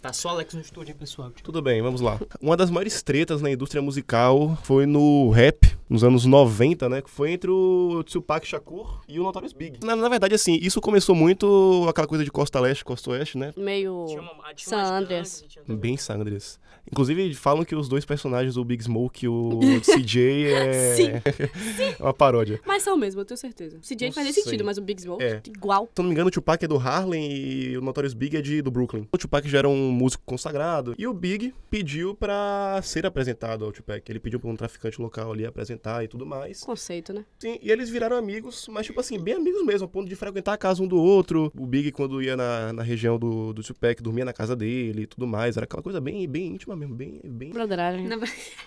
Tá só Alex no estúdio, pessoal.
Tudo bem, vamos lá. Uma das maiores tretas na indústria musical foi no rap, nos anos 90, né? Que foi entre o Tupac Shakur e o Notorious Big. Na, na verdade, assim, isso começou muito aquela coisa de costa leste, costa oeste, né?
Meio...
Tinha uma- tinha
San
umas
Andreas.
gangues, tinha-
Bem sangres. Inclusive, falam que os dois personagens, o Big Smoke e o CJ, é
Sim.
uma paródia.
Mas são mesmo, eu tenho certeza. CJ
Não
faz nem
sei.
sentido, mas o Big Smoke,
É.
igual.
Se eu não me engano, o Tupac é do Harlem e o Notorious Big é de, do Brooklyn. O Tupac já era um músico consagrado. E o Big pediu pra ser apresentado ao Tupac. Ele pediu pra um traficante local ali apresentar e tudo mais.
Conceito, né?
Sim, e eles viraram amigos, mas, tipo assim, bem amigos mesmo, a ponto de frequentar a casa um do outro. O Big, quando ia na, na região do, do Tupac, dormia na casa dele e tudo mais. Era aquela coisa bem, bem íntima mesmo, bem, bem...
Broderagem.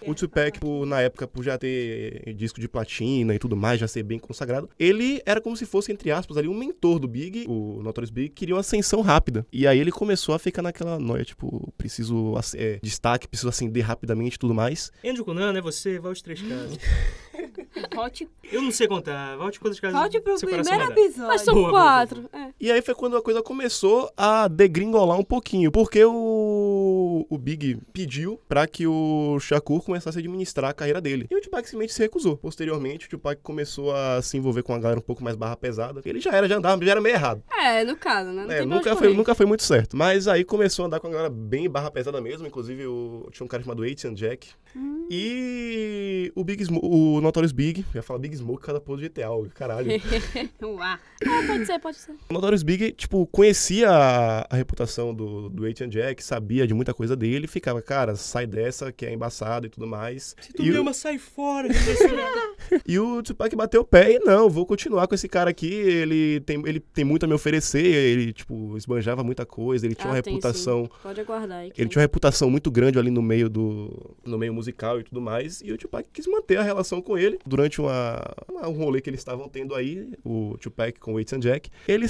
O Tupac, por- na época, por já ter eh, disco de platina e tudo mais, já ser bem consagrado, ele era como se fosse, entre aspas, ali um mentor do Big. O Notorious Big queria uma ascensão rápida. E aí ele começou a ficar naquela noia, tipo, preciso ac- eh, destaque, preciso acender rapidamente e tudo mais.
Andrew Cunan é você, vai aos três casos.
Volte,
Eu não sei contar, volte quantas casas
volte pro
seu coração
primeiro
mandar.
episódio.
Mas são
Boa, boa,
quatro. É.
E aí foi quando a coisa começou a degringolar um pouquinho, porque o, o Big pediu pra que o Shakur começasse a administrar a carreira dele. E o Tupac simplesmente se recusou. Posteriormente, o Tupac começou a se envolver com uma galera um pouco mais barra pesada. Ele já era, já andava, já era meio errado.
É, no caso, né? Não
É,
tem pra
nunca
onde
foi,
correr.
nunca foi muito certo. Mas aí começou a andar com a galera bem barra pesada mesmo.
Hum.
Inclusive, o, tinha um cara chamado Eighty and Jack. E o Big Smo- o Notorious Big Big, eu ia falar Big Smoke, cada pose de GTA, ó, caralho.
Uá.
Ah, pode ser, pode ser.
O Notorious Big, tipo, conhecia a, a reputação do, do Eight and Jack, sabia de muita coisa dele, ficava, cara, sai dessa que é embaçado e tudo mais.
Se tu
E
me
o,
ama, sai fora.
e o Tupac bateu o pé e não, vou continuar com esse cara aqui, ele tem, ele tem muito a me oferecer, ele, tipo, esbanjava muita coisa, ele tinha
Ah,
uma
tem sim.
reputação
Pode aguardar aí. que
Ele
tem.
tinha uma reputação muito grande ali no meio do no meio musical e tudo mais, e o Tupac quis manter a relação com ele. Durante uma, uma- um rolê que eles estavam tendo aí, o Tupac com o Eight and Jack, eles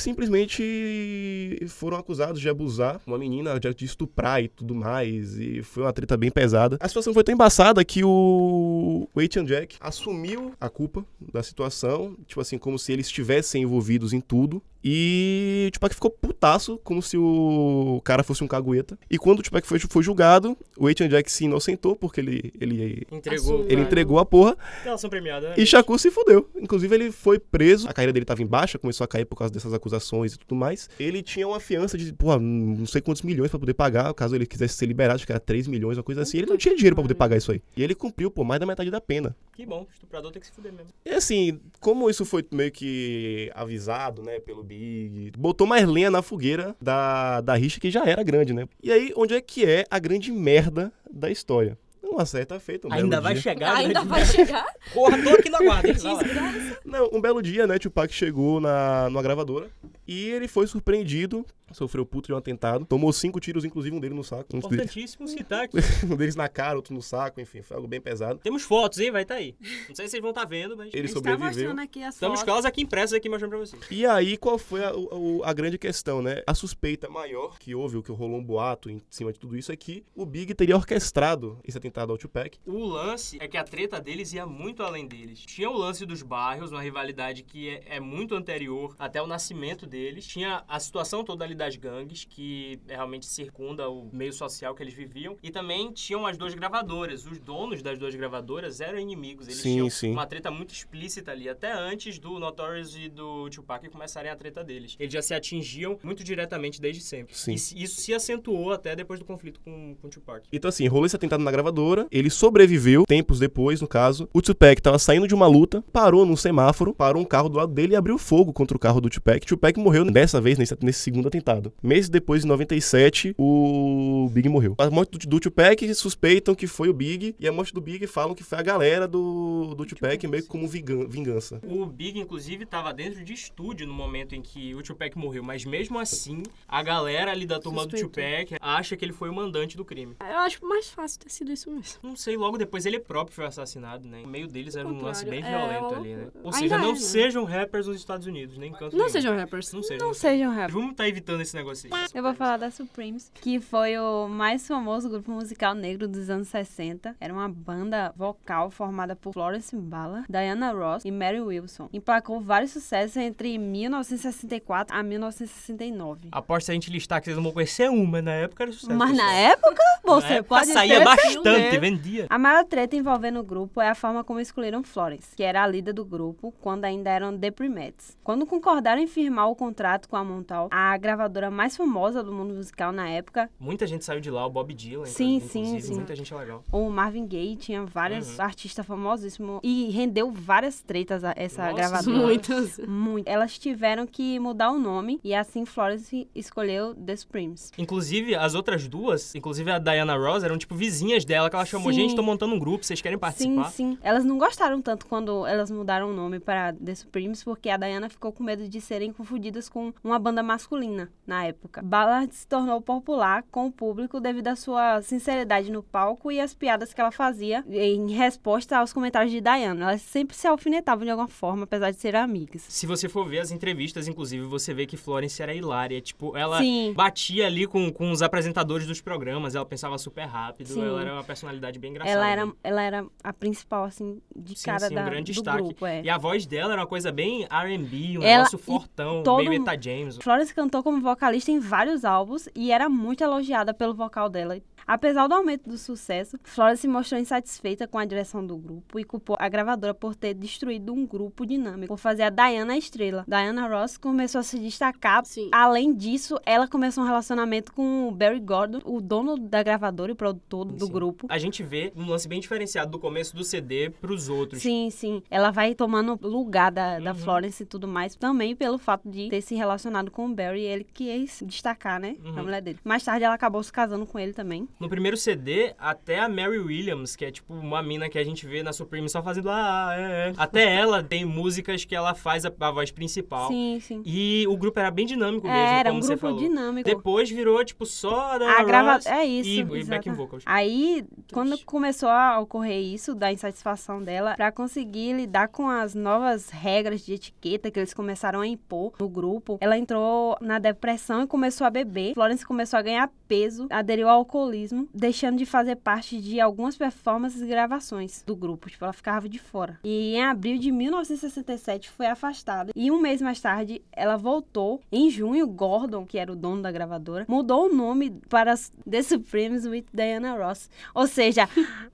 simplesmente foram acusados de abusar uma menina, de, de estuprar e tudo mais, e foi uma treta bem pesada. A situação foi tão embaçada que o, o Eight and Jack assumiu a culpa da situação, tipo assim, como se eles estivessem envolvidos em tudo. E o Tupac ficou putaço, como se o cara fosse um cagueta. E quando o Tupac foi, foi julgado, o Eight and Jack se inocentou, porque ele, ele,
Entregou.
ele
Claro.
entregou a porra.
Relação premiada, né?
E Shakur se fudeu. Inclusive, ele foi preso. A carreira dele tava em baixa, começou a cair por causa dessas acusações e tudo mais. Ele tinha uma fiança de, porra, não sei quantos milhões pra poder pagar, caso ele quisesse ser liberado, acho que era 3 milhões, uma coisa assim. Ele não tinha dinheiro pra poder pagar isso aí. E ele cumpriu, pô, mais da metade da pena.
Que bom, estuprador tem que se fuder mesmo.
E assim, como isso foi meio que avisado, né, pelo Big, botou mais lenha na fogueira da, da rixa que já era grande, né? E aí, onde é que é a grande merda da história? Uma certa feita, um
Ainda
belo
vai
dia.
chegar,
Ainda
né?
vai chegar?
Porra, tô aqui na guarda, hein? Vai lá.
Desgraça.
Não, um belo dia, né, Tupac chegou na, numa gravadora e ele foi surpreendido, sofreu puto de um atentado, tomou cinco tiros, inclusive um dele no saco, um, dele-
Importantíssimo citar aqui.
um deles na cara, outro no saco, enfim, foi algo bem pesado.
Temos fotos, hein? Vai tá aí. Não sei se vocês vão estar vendo, mas.
Ele
A gente tá
sobreviveu.
mostrando aqui as
Estamos
fotos.
com elas aqui impressas aqui mostrando pra vocês.
E aí, qual foi a, o- a grande questão, né? A suspeita maior que houve, o que rolou um boato em cima de tudo isso, é que o Big teria orquestrado esse atentado ao Tupac.
O lance é que a treta deles ia muito além deles. Tinha o lance dos bairros, uma rivalidade que é, é muito anterior até o nascimento deles. Tinha a situação toda ali das gangues, que é realmente circunda o meio social que eles viviam. E também tinham as duas gravadoras. Os donos das duas gravadoras eram inimigos. Eles
Sim,
tinham
sim.
uma treta muito explícita ali, até antes do Notorious e do Tupac começarem a treta deles. Eles já se atingiam muito diretamente desde sempre.
Sim.
E se- isso se acentuou até depois do conflito com, com o Tupac.
Então, assim, rolou esse atentado na gravadora, ele sobreviveu, tempos depois, no caso. O Tupac tava saindo de uma luta, parou num semáforo, parou um carro do lado dele e abriu fogo contra o carro do Tupac. Tupac morreu dessa vez, nesse, nesse segundo atentado. Meses depois, em 97, o Big morreu. A morte do, do Tupac suspeitam que foi o Big, e a morte do Big falam que foi a galera do, do Tupac, meio que como vigan- vingança.
O Big, inclusive, estava dentro de estúdio no momento em que o Tupac morreu, mas mesmo assim, a galera ali da turma do Tupac acha que ele foi o mandante do crime.
Eu acho mais fácil ter sido isso mesmo.
Não sei, logo depois ele próprio foi assassinado, né? No meio deles era um lance bem
Contrário, é,
violento
uma
ali, né?
loucura.
Ou seja,
Ainda é,
não
né?
sejam rappers nos Estados Unidos, nem em canto
Não um
nenhum.
sejam rappers.
Não sejam.
Não sejam rap.
Vamos estar evitando esse negócio aí.
Eu vou falar da Supremes, que foi o mais famoso grupo musical negro dos anos 60. Era uma banda vocal formada por Florence Ballard, Diana Ross e Mary Wilson. Emplacou vários sucessos entre 1964 a 1969.
Aposto se a gente listar que vocês não vão conhecer uma, na época era Ah, sucesso.
Mas na
pessoal.
época, você
na época
pode
saía
ter um, né?
bastante,
certeza.
vendia.
A maior treta envolvendo o grupo é a forma como excluíram Florence, que era a líder do grupo quando ainda eram The Primates. Quando concordaram em firmar o contrato com a Montal, a gravadora mais famosa do mundo musical na época,
Muita gente saiu de lá, o Bob Dylan,
Sim,
inclusive,
sim, sim.
muita gente é legal.
o Marvin Gaye tinha vários
Uhum.
artistas famosíssimos e rendeu várias tretas a essa
Nossa
gravadora.
senhora.
Muitas.
Muito. Elas tiveram que mudar o nome e assim Florence escolheu The Supremes.
Inclusive, as outras duas, inclusive a Diana Ross, eram tipo vizinhas dela, que ela chamou,
Sim.
gente, tô montando um grupo, vocês querem participar?
Sim, sim. Elas não gostaram tanto quando elas mudaram o nome para The Supremes, porque a Diana ficou com medo de serem confundidas com uma banda masculina na época. Ballard se tornou popular com o público devido à sua sinceridade no palco e às piadas que ela fazia em resposta aos comentários de Diana. Elas sempre se alfinetavam de alguma forma, apesar de serem amigas.
Se você for ver as entrevistas, inclusive, você vê que Florence era hilária. Tipo, ela
Sim.
batia ali com, com os apresentadores dos programas, ela pensava super rápido,
Sim.
ela era uma personalidade bem engraçada.
Ela era,
né?
ela era a principal, assim, de
Sim,
cara
sim, um
da,
grande
do
destaque.
grupo. É.
E a voz dela era uma coisa bem R&B, um
Ela-
negócio
e
fortão,
todo
meio
mundo-
Eta James.
Florence cantou como vocalista em vários álbuns e era muito elogiada pelo vocal dela. Apesar do aumento do sucesso, Flora se mostrou insatisfeita com a direção do grupo e culpou a gravadora por ter destruído um grupo dinâmico, por fazer a Diana a estrela. Diana Ross começou a se destacar.
Sim.
Além disso, ela começou um relacionamento com o Barry Gordon, o dono da gravadora e produtor do
Sim.
grupo.
A gente vê um lance bem diferenciado do começo do CD pros outros.
Sim, sim. Ela vai tomando lugar da, da
Uhum.
Florence e tudo mais. Também pelo fato de ter se relacionado com o Barry. Ele quis destacar, né? A
Uhum.
mulher dele. Mais tarde ela acabou se casando com ele também.
No primeiro CD, até a Mary Williams, que é tipo uma mina que a gente vê na Supreme só fazendo ah, é, é. Até ela tem músicas que ela faz a, a voz principal.
Sim, sim.
E o grupo era bem dinâmico mesmo,
É, era
como
um
você
grupo
falou.
dinâmico.
Depois virou, tipo, só a Diana
A grava...
Ross
É isso.
e, e
exatamente.
backing vocals.
Aí, quando começou a ocorrer isso, da insatisfação dela, pra conseguir lidar com as novas regras de etiqueta que eles começaram a impor no grupo, ela entrou na depressão e começou a beber. Florence começou a ganhar peso, aderiu ao alcoolismo, deixando de fazer parte de algumas performances e gravações do grupo. Tipo, ela ficava de fora. E em abril de 1967 foi afastada. E um mês mais tarde, ela voltou. Em junho, Gordon, que era o dono da gravadora, mudou o nome para The Supremes with Diana Ross. Ou seja,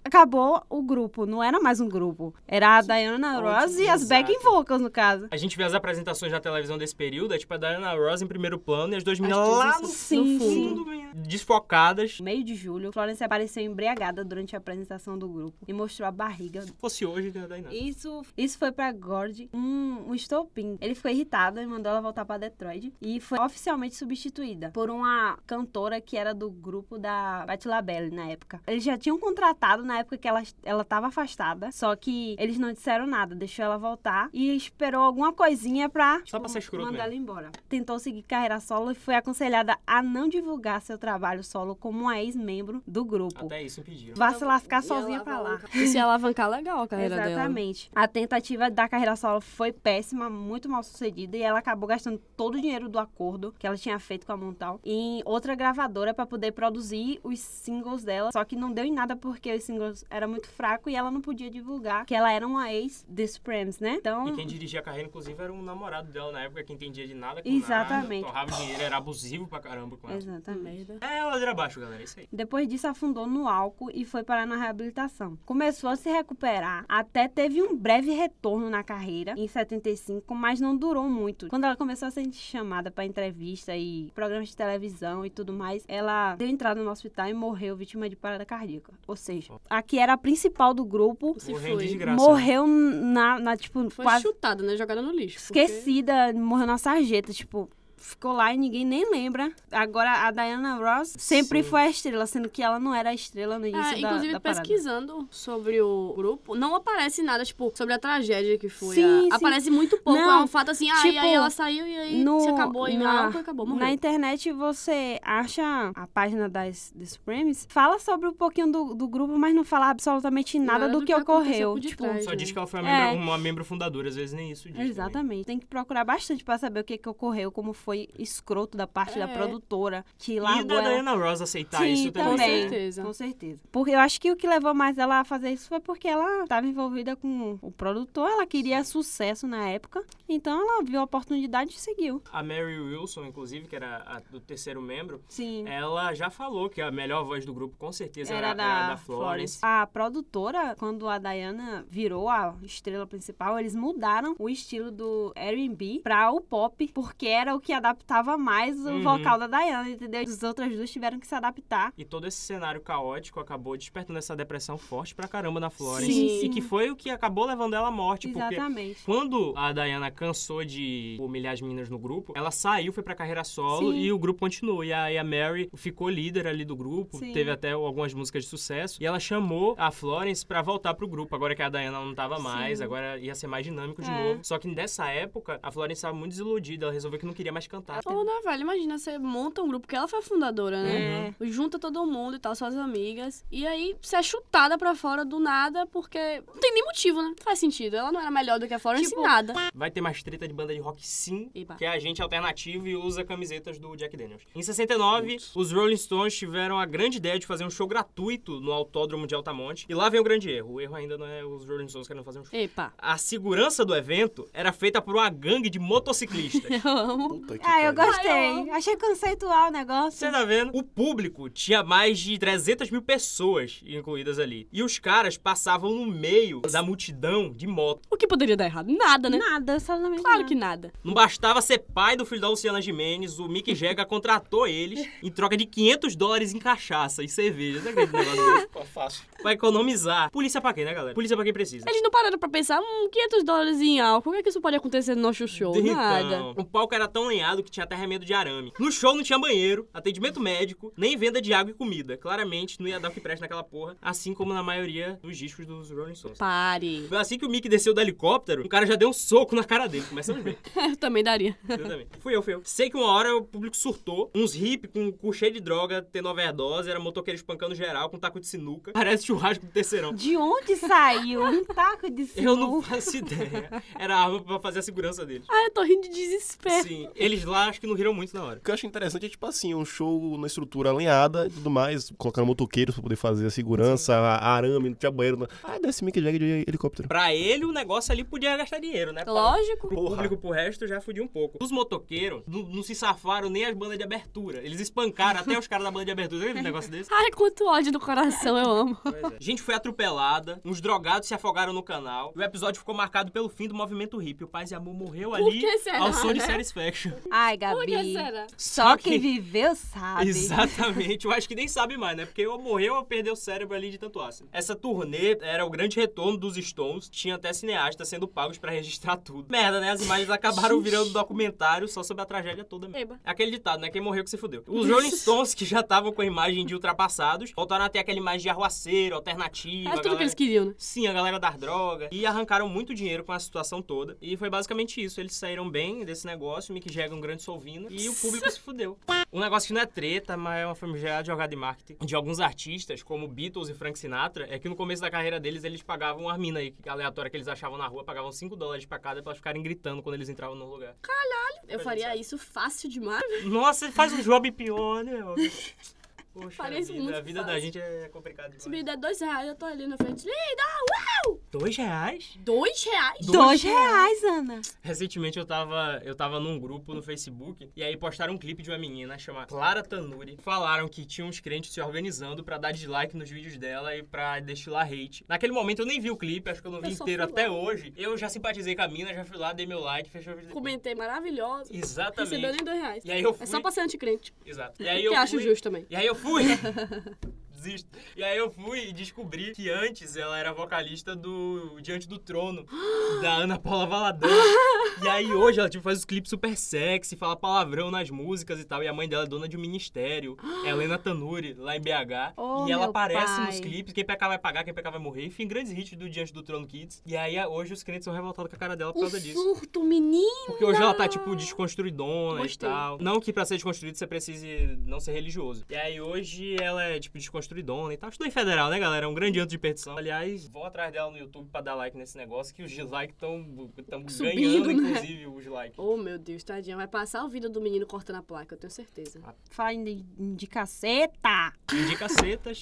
acabou o grupo. Não era mais um grupo. Era a Diana
ótimo,
Ross e as
exato.
backing vocals, no caso.
A gente vê as apresentações na televisão desse período, é tipo a Diana Ross em primeiro plano e as duas meninas
As duas
lá
em
no
Sim, sim.
fundo, desfocadas.
No meio de julho, Florence apareceu embriagada durante a apresentação do grupo e mostrou a barriga
Se fosse hoje, né, Diana?
Isso, isso foi pra Gord um, um estopim. Ele ficou irritado e mandou ela voltar pra Detroit. E foi oficialmente substituída por uma cantora que era do grupo da Patti LaBelle na época. Eles já tinham contratado na época que ela, ela tava afastada. Só que eles não disseram nada. Deixou ela voltar e esperou alguma coisinha pra,
Só pra ser escroto
mandar
mesmo.
ela embora. Tentou seguir carreira solo e foi aconselhada a não divulgar seu trabalho solo como uma ex-membro do grupo.
Até isso impediram.
Vá se lascar
E
sozinha pra lá.
alavancar. E se alavancar legal a carreira dela.
Exatamente. A tentativa da carreira solo foi péssima, muito mal sucedida, e ela acabou gastando todo o dinheiro do acordo que ela tinha feito com a Montal em outra gravadora pra poder produzir os singles dela. Só que não deu em nada porque os singles eram muito fracos e ela não podia divulgar que ela era uma ex The Supremes, né? Então.
E quem dirigia a carreira, inclusive, era um namorado dela na época que entendia de nada com
Exatamente.
nada. Torrava dinheiro, era abusivo pra caramba com ela.
Exatamente.
Merda.
É, ladeira abaixo, galera, é isso aí.
Depois disso, afundou no álcool e foi parar na reabilitação. Começou a se recuperar, até teve um breve retorno na carreira em 75, mas não durou muito. Quando ela começou a ser chamada para entrevista e programas de televisão e tudo mais, ela deu entrada no hospital e morreu vítima de parada cardíaca. Ou seja, a que era a principal do grupo
Se
Morrer de
foi.
desgraça.
morreu na, na, tipo,
Foi
quase
chutada, né? Jogada no lixo. porque-
esquecida, morreu na sarjeta, tipo. Ficou lá e ninguém nem lembra. Agora a Diana Ross sempre
Sim.
foi a estrela, sendo que ela não era a estrela no
É,
início da,
inclusive,
da parada.
pesquisando sobre o grupo, não aparece nada, tipo, sobre a tragédia que foi.
Sim,
a-
sim.
Aparece muito pouco.
Não,
é um fato assim, ah, e
tipo,
aí ela saiu e aí
no-
se acabou. E
na-
na, álcool e acabou, morreu.
Na internet você acha a página das, das Supremes, fala sobre um pouquinho do, do grupo, mas não fala absolutamente nada, do, que,
aconteceu
ocorreu.
por
Tipo,
detrás.
Só diz que ela foi uma,
É.
membro, uma membro fundadora, às vezes nem isso diz. também.
Exatamente. Tem que procurar bastante pra saber o que, que ocorreu, como foi escroto da parte da
É.
produtora que
E
largou
da
ela.
Diana Ross aceitar
Sim,
isso também.
Com
também.
né?
certeza.
Com certeza. Porque eu acho que o que levou mais ela a fazer isso foi porque ela estava envolvida com o produtor, ela queria sucesso na época, então ela viu a oportunidade e seguiu.
A Mary Wilson, inclusive, que era a do terceiro membro,
Sim.
ela já falou que a melhor voz do grupo, com certeza, É, era,
Era da,
era
Florence. A produtora, quando a Diana virou a estrela principal, eles mudaram o estilo do R&B pra o pop, porque era o que adaptava mais o
Uhum.
vocal da Diana, entendeu? As outras duas tiveram que se adaptar.
E todo esse cenário caótico acabou despertando essa depressão forte pra caramba na Florence.
Sim,
E
sim.
que foi o que acabou levando ela à morte, porque
Exatamente.
Quando a Diana cansou de humilhar as meninas no grupo, ela saiu, foi pra carreira solo
Sim.
e o grupo continuou. E a, e a Mary ficou líder ali do grupo,
Sim.
teve até algumas músicas de sucesso. E ela chamou a Florence pra voltar pro grupo, agora que a Diana não tava mais,
Sim.
agora ia ser mais dinâmico de
É.
novo. Só que nessa época, a Florence tava muito desiludida, ela resolveu que não queria mais cantar.
Ou, né, velho? Imagina, você monta um grupo, que ela foi a fundadora,
Uhum.
É.
né? Junta todo mundo e tal, suas amigas. E aí, você é chutada pra fora do nada, porque não tem nem motivo, né? Não faz sentido. Ela não era melhor do que a Florence
Tipo,
em nada.
Vai ter mais treta de banda de rock sim,
Eba.
que é a gente alternativo e usa camisetas do Jack Daniels. Em 69, os Rolling Stones tiveram a grande ideia de fazer um show gratuito no Autódromo de Altamonte. E lá vem o grande erro. O erro ainda não é os Rolling Stones querendo fazer um show.
Epa.
A segurança do evento era feita por uma gangue de motociclistas.
Eu amo.
Puta Puta que
Ah, eu
pariu.
gostei. Achei conceitual o negócio.
Tipo, Você tá vendo? O público tinha mais de 300 mil pessoas incluídas ali. E os caras passavam no meio da multidão de moto.
O que poderia dar errado? Nada, né?
Nada, absolutamente
Claro
nada.
que nada.
Não bastava ser pai do filho da Luciana Jimenez, o Mick Jagger contratou eles em troca de 500 dólares em cachaça e cerveja. Você acredita num negócio desse?
Pô, fácil.
Pra economizar. Polícia pra quem, né, galera? Polícia pra quem precisa.
Eles não pararam pra pensar, hum, 500 dólares em álcool, o que é que isso pode acontecer no nosso show?
Então,
Nada.
O palco era tão lenhado que tinha até remendo de arame. No show não tinha banheiro, atendimento médico, nem venda de água e comida. Claramente não ia dar o que presta naquela porra, assim como na maioria dos discos dos Rolling Stones.
Pare.
Assim que o Mick desceu do helicóptero, o cara já deu um soco na cara dele. Começamos bem.
Eu também daria.
Eu também. Fui eu, fui eu. Sei que uma hora o público surtou. Uns hippies com o cu cheio de droga, tendo overdose, era motoqueiro espancando geral com taco de sinuca. Parece churrasco do terceirão.
De onde saiu um taco de
Eu não
sinuca?
faço ideia. Era a arma pra fazer a segurança deles.
Ah, eu tô rindo de desespero.
Sim, eles lá acho que não riram muito na hora.
O que eu acho interessante é, tipo assim, um show na estrutura alinhada e tudo mais, colocaram motoqueiros pra poder fazer a segurança, a- a arame, não tinha banheiro. não. Ah, desce Mick Jagger de helicóptero.
Pra ele, o negócio ali podia gastar dinheiro, né?
Lógico.
Pro
Porra.
público, pro resto, já fudia um pouco. Os motoqueiros não, não se safaram nem as bandas de abertura. Eles espancaram até os caras da banda de abertura. Você viu um negócio desse?
Ai, quanto ódio do coração, eu amo.
Gente foi atropelada, uns drogados se afogaram no canal. E o episódio ficou marcado pelo fim do movimento hippie. O Paz e Amor morreu ali
que será,
ao som de
né?
Satisfaction.
Ai,
Por que
Gabi.
será?
Só
Só que-
quem viveu sabe.
Exatamente, eu acho que nem sabe mais, né? Porque ou morreu ou perdeu o cérebro ali de tanto ácido. Essa turnê era o grande retorno dos Stones, tinha até cineastas sendo pagos pra registrar tudo. Merda, né? As imagens acabaram virando documentário só sobre a tragédia toda mesmo.
Eba.
É aquele ditado, né? Quem morreu que se fudeu. Os Rolling Stones, que já estavam com a imagem de ultrapassados, voltaram a ter aquela imagem de arruaceiro, alternativa.
Era tudo
galera-
que eles queriam, né?
Sim, a galera das drogas. E arrancaram muito dinheiro com a situação toda. E foi basicamente isso. Eles saíram bem desse negócio. O Mick Jagger é um grande solvino. E o público se fudeu. Um negócio que não é treta, mas é uma famigerada jogada de marketing de alguns artistas, como Beatles e Frank Sinatra, é que no começo da carreira deles, eles pagavam as minas aí, aleatória que eles achavam na rua, pagavam 5 dólares pra cada pra elas ficarem gritando quando eles entravam no lugar.
Eu faria isso fácil demais.
Nossa, faz um job pior, né? meu? Poxa,
Parece
vida,
muito
a vida da
fácil.
gente é complicada
Se
demais.
me der dois reais, eu tô ali na frente. Linda!
Dois reais?
Dois reais?
Dois reais, Ana.
Recentemente eu tava, eu tava num grupo no Facebook e aí postaram um clipe de uma menina chamada Clara Tanuri. Falaram que tinha uns crentes se organizando pra dar dislike nos vídeos dela e pra destilar hate. Naquele momento eu nem vi o clipe, acho que eu não vi
Eu só
inteiro
fui
até hoje. Eu já simpatizei com a mina, já fui lá, dei meu like, fechou o vídeo.
Comentei maravilhosa. Recebeu
Exatamente.
nem dois reais.
E aí eu fui.
É só pra ser anticrente.
Exato. E aí
que
eu
acho
fui-
justo também.
E aí eu fui. Desisto. E aí eu fui e descobri que antes ela era vocalista do Diante do Trono, da Ana Paula Valadão. E aí hoje ela tipo, faz os clipes super sexy, fala palavrão nas músicas e tal. E a mãe dela é dona de um ministério, Helena Tanuri, lá em BH.
Oh,
e ela
meu
aparece
pai.
nos clipes, quem pecar vai pagar, quem pecar vai morrer. Enfim, grandes hits do Diante do Trono Kids. E aí hoje os crentes são revoltados com a cara dela por
Um
causa disso.
surto, menino.
Porque hoje ela tá, tipo, desconstruidona e
Gostei.
tal. Não que pra ser desconstruído você precise não ser religioso. E aí hoje ela é, tipo, desconstruidona e tal. Estudou em federal, né, galera? É um grande ano de perdição. Aliás, vão atrás dela no YouTube pra dar like nesse negócio, que os dislikes estão
Subindo,
ganhando,
né?
inclusive, os likes.
Oh, meu Deus, tadinha. Vai passar o vídeo do menino cortando a placa, eu tenho certeza.
Fala de, de caceta.
Indica setas.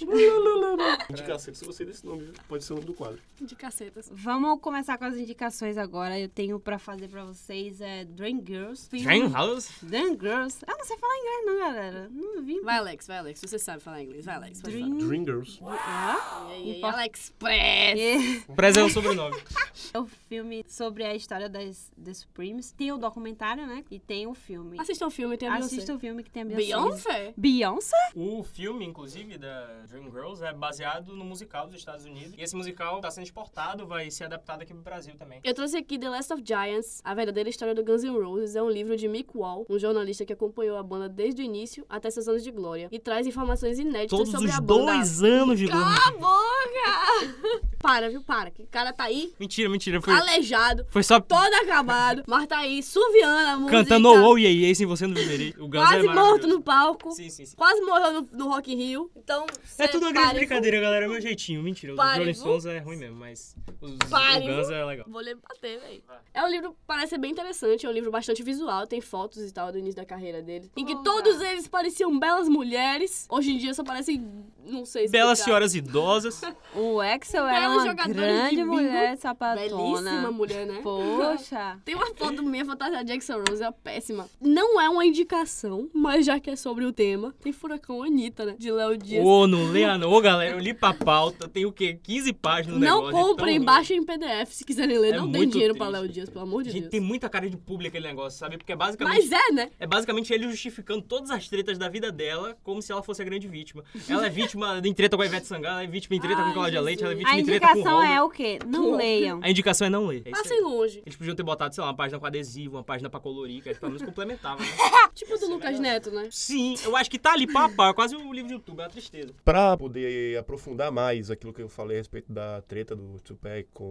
Indicação, se você desse nome, pode ser o nome do quadro.
De cacetas.
Vamos começar com as indicações agora. Eu tenho pra fazer pra vocês é Dream Girls.
Dream House?
Dream Girls. Ah, não sei falar inglês não, galera. Não vim.
Vai, Alex, vai, Alex. Você sabe falar inglês. Vai, Alex. Pode
Dream. Ah,
Dream Girls.
falar. E aí, e aí,
Importa-
Alex Press.
Preserva o sobrenome.
É o filme sobre a história das The Supremes. Tem o documentário, né? E tem o filme.
Assista o filme, tem a Beyoncé.
Assista o filme que tem a Beyoncé.
Beyoncé?
Beyoncé?
O filme, inclusive, da Dream Girls é baseado no musical dos Estados Unidos. E esse musical tá sendo exportado, vai ser adaptado aqui pro Brasil também.
Eu trouxe aqui The Last of Giants, a verdadeira história do Guns N' Roses. É um livro de Mick Wall, um jornalista que acompanhou a banda desde o início até seus anos de glória. E traz informações inéditas
Todos
é sobre
os
a banda.
dois anos de
Cala a boca! para, viu? Para. Que o cara tá aí
Mentira, mentira. Foi,
aleijado,
foi só
todo acabado, mas tá aí suviando a música.
cantando ou oh, e aí, sem você não viverei. O Guns
Quase
é
morto
maravilhoso.
no palco.
Sim, sim, sim.
Quase morreu no, no Rock in Rio. Então,
É tudo uma grande
separe-
brincadeira, galera. É meu jeitinho. Mentira. Os
Pare,
Rolling
viu?
Stones é ruim mesmo, mas os, o
Pare,
Guns é legal.
Vou ler bater, velho.
Vai.
É um livro, parece ser bem interessante, é um livro bastante visual, tem fotos e tal do início da carreira dele. Em que
Olha.
todos eles pareciam belas mulheres. Hoje em dia só parecem, não sei se.
Belas senhoras idosas.
O Axel era
Belas
uma
jogadora de
grande
bingo.
mulher sapatona.
Belíssima mulher, né?
Poxa.
Tem uma foto minha fantasiada de Jackson Rose, é péssima. Não é uma indicação, mas já que é sobre o tema, tem Furacão Anitta, né? De Léo Dias.
Ô, não leia não. Ô, galera, eu li pra pauta. Tem o quê? 15 páginas no
Não
negócio. é tão
comprem,
ruim.
baixem em PDF se quiserem ler.
É
não tem
muito
dinheiro pra
triste.
Léo Dias, pelo amor de
Gente,
Deus.
tem muita cara de público aquele negócio, sabe? Porque é basicamente...
Mas é, né?
É basicamente ele justificando todas as tretas da vida dela como se ela fosse a grande vítima. Ela é vítima em treta com a Ivete Sangalo, ela é vítima em treta
Ai,
com Cláudia
Jesus.
Leite, ela é vítima
A
em treta com
indicação
Rony.
é o quê? Não
Com-
leiam.
A indicação é não ler. É isso
Passem
aí.
longe.
Eles podiam ter botado, sei lá, uma página com adesivo, uma página pra colorir, que aí pelo menos complementava. né?
Tipo do Lucas Neto, né?
Sim, eu acho que tá ali pau a pau, é quase um livro de YouTube, é uma tristeza.
Pra poder aprofundar mais aquilo que eu falei a respeito da treta do Tupac com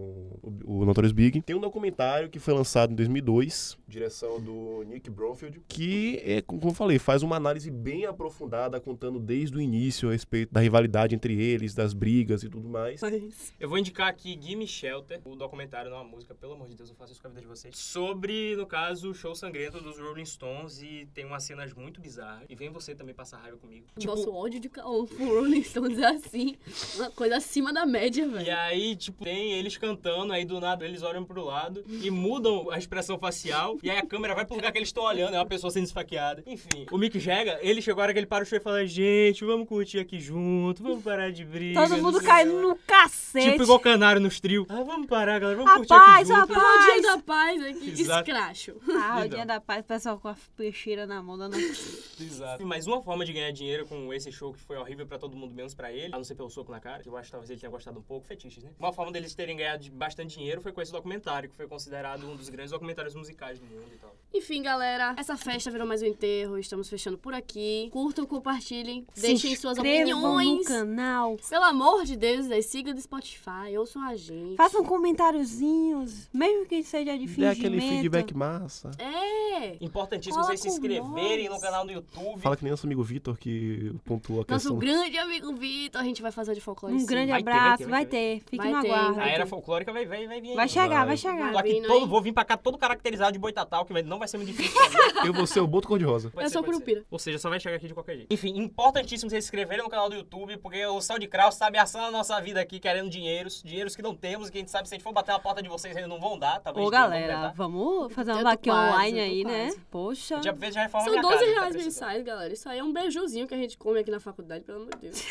o, o Notorious Big, tem um documentário que foi lançado em 2002, direção do Nick Bromfield, que, é, como eu falei, faz uma análise bem aprofundada, contando desde o início a respeito da rivalidade entre eles, das brigas e tudo mais.
Eu vou indicar aqui Gimme Shelter, o documentário, não a música, pelo amor de Deus, eu faço isso com a vida de vocês. Sobre, no caso, o show sangrento dos Rolling Stones e tem umas cenas muito bizarras. E vem você também passar raiva comigo.
Tipo,
Tipo,
Nosso ódio de Caon por Rolling Stones é assim. Uma coisa acima da média,
E
velho.
aí, tipo, tem eles cantando, aí do nada eles olham pro lado e mudam a expressão facial. E aí a câmera vai pro lugar que eles estão olhando, é uma pessoa sendo esfaqueada. Enfim, o Mick Jagger, ele chegou a hora que ele para o show e fala: Gente, vamos curtir aqui junto, vamos parar de briga.
Todo
não
mundo
sei
caindo
lá."
no cacete.
Tipo igual canário nos trio. Ah, vamos parar, galera, vamos
Rapaz,
curtir aqui junto.
rapaz.
Pelo dia da paz aqui,
Exato.
escracho.
Ah, o
Então.
dia da paz, o pessoal com a peixeira na mão, dando
Exato. Mas uma forma de ganhar dinheiro com esse show que foi horrível pra todo mundo, menos pra ele, a não ser pelo soco na cara, que eu acho que talvez ele tenha gostado um pouco, fetiches, né? Uma forma deles terem ganhado de- bastante dinheiro foi com esse documentário, que foi considerado um dos grandes documentários musicais do mundo e tal.
Enfim, galera, essa festa virou mais um enterro. Estamos fechando por aqui. Curtam, compartilhem, deixem
Se
suas
inscrevam
opiniões.
no canal.
Pelo amor de Deus, né? siga do Spotify, ouçam a gente.
Façam comentáriozinhos, mesmo que seja
Dê
de fingimento.
aquele feedback massa.
É!
Importantíssimo
Cola
vocês se
com
inscreverem
nós.
no canal do YouTube.
Fala que nem nosso amigo Vitor que pontuou a
Nosso
questão.
grande amigo Vitor, a gente vai fazer de folclore.
Um
sim.
grande
Vai ter, vai
abraço,
ter,
vai
vai
ter. Fique
Vai
no
ter,
aguardo.
A era folclórica vai, vai, vai vir aí.
Vai chegar,
Vai.
vai chegar.
Tô aqui
vindo
todo,
aí.
vou vir pra cá todo caracterizado de boitatau, que vai- não vai ser muito difícil. fazer.
Eu vou ser o Boto Cor-de-Rosa.
Pode
Eu
ser,
sou
pode ser.
É Curupira.
Ou seja, só vai chegar aqui de qualquer jeito. Enfim, importantíssimo vocês se inscreverem no canal do YouTube, porque o Sal de Kraus tá ameaçando a nossa vida aqui, querendo dinheiros. Dinheiros que não temos, que a gente sabe que se a gente for bater na porta de vocês, eles não vão dar, tá?
Ô, galera, vamos fazer uma
Eu tô
vaquinha
quase,
online
eu tô
aí,
quase.
né? Poxa.
Já fez já reforma
São
minha
12
casa, tá
reais
precisando.
mensais, galera. Isso aí é um beijuzinho que a gente come aqui na faculdade, pelo amor de Deus.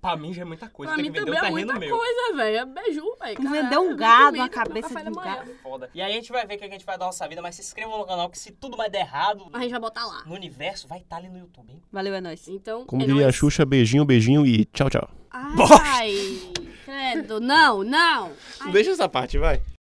Pra mim já é muita coisa,
pra
tem
mim
que vender um
também é
terreno
muita
meu.
coisa, velho. É beiju, velho.
Vender
Caralho,
um
é
gado,
comida
uma
pro
cabeça
café
de
da
um
manhã.
gado.
Foda. E aí a gente vai ver o que a gente vai dar na nossa vida, mas se inscrevam no canal, que se tudo mais der errado
A gente vai botar lá.
no universo, vai estar ali no YouTube, hein?
Valeu, é nóis.
Então,
Como
é
diria a
nóis.
Xuxa, beijinho, beijinho e tchau, tchau.
Ai, credo. Não, não. Ai,
Deixa essa parte, vai.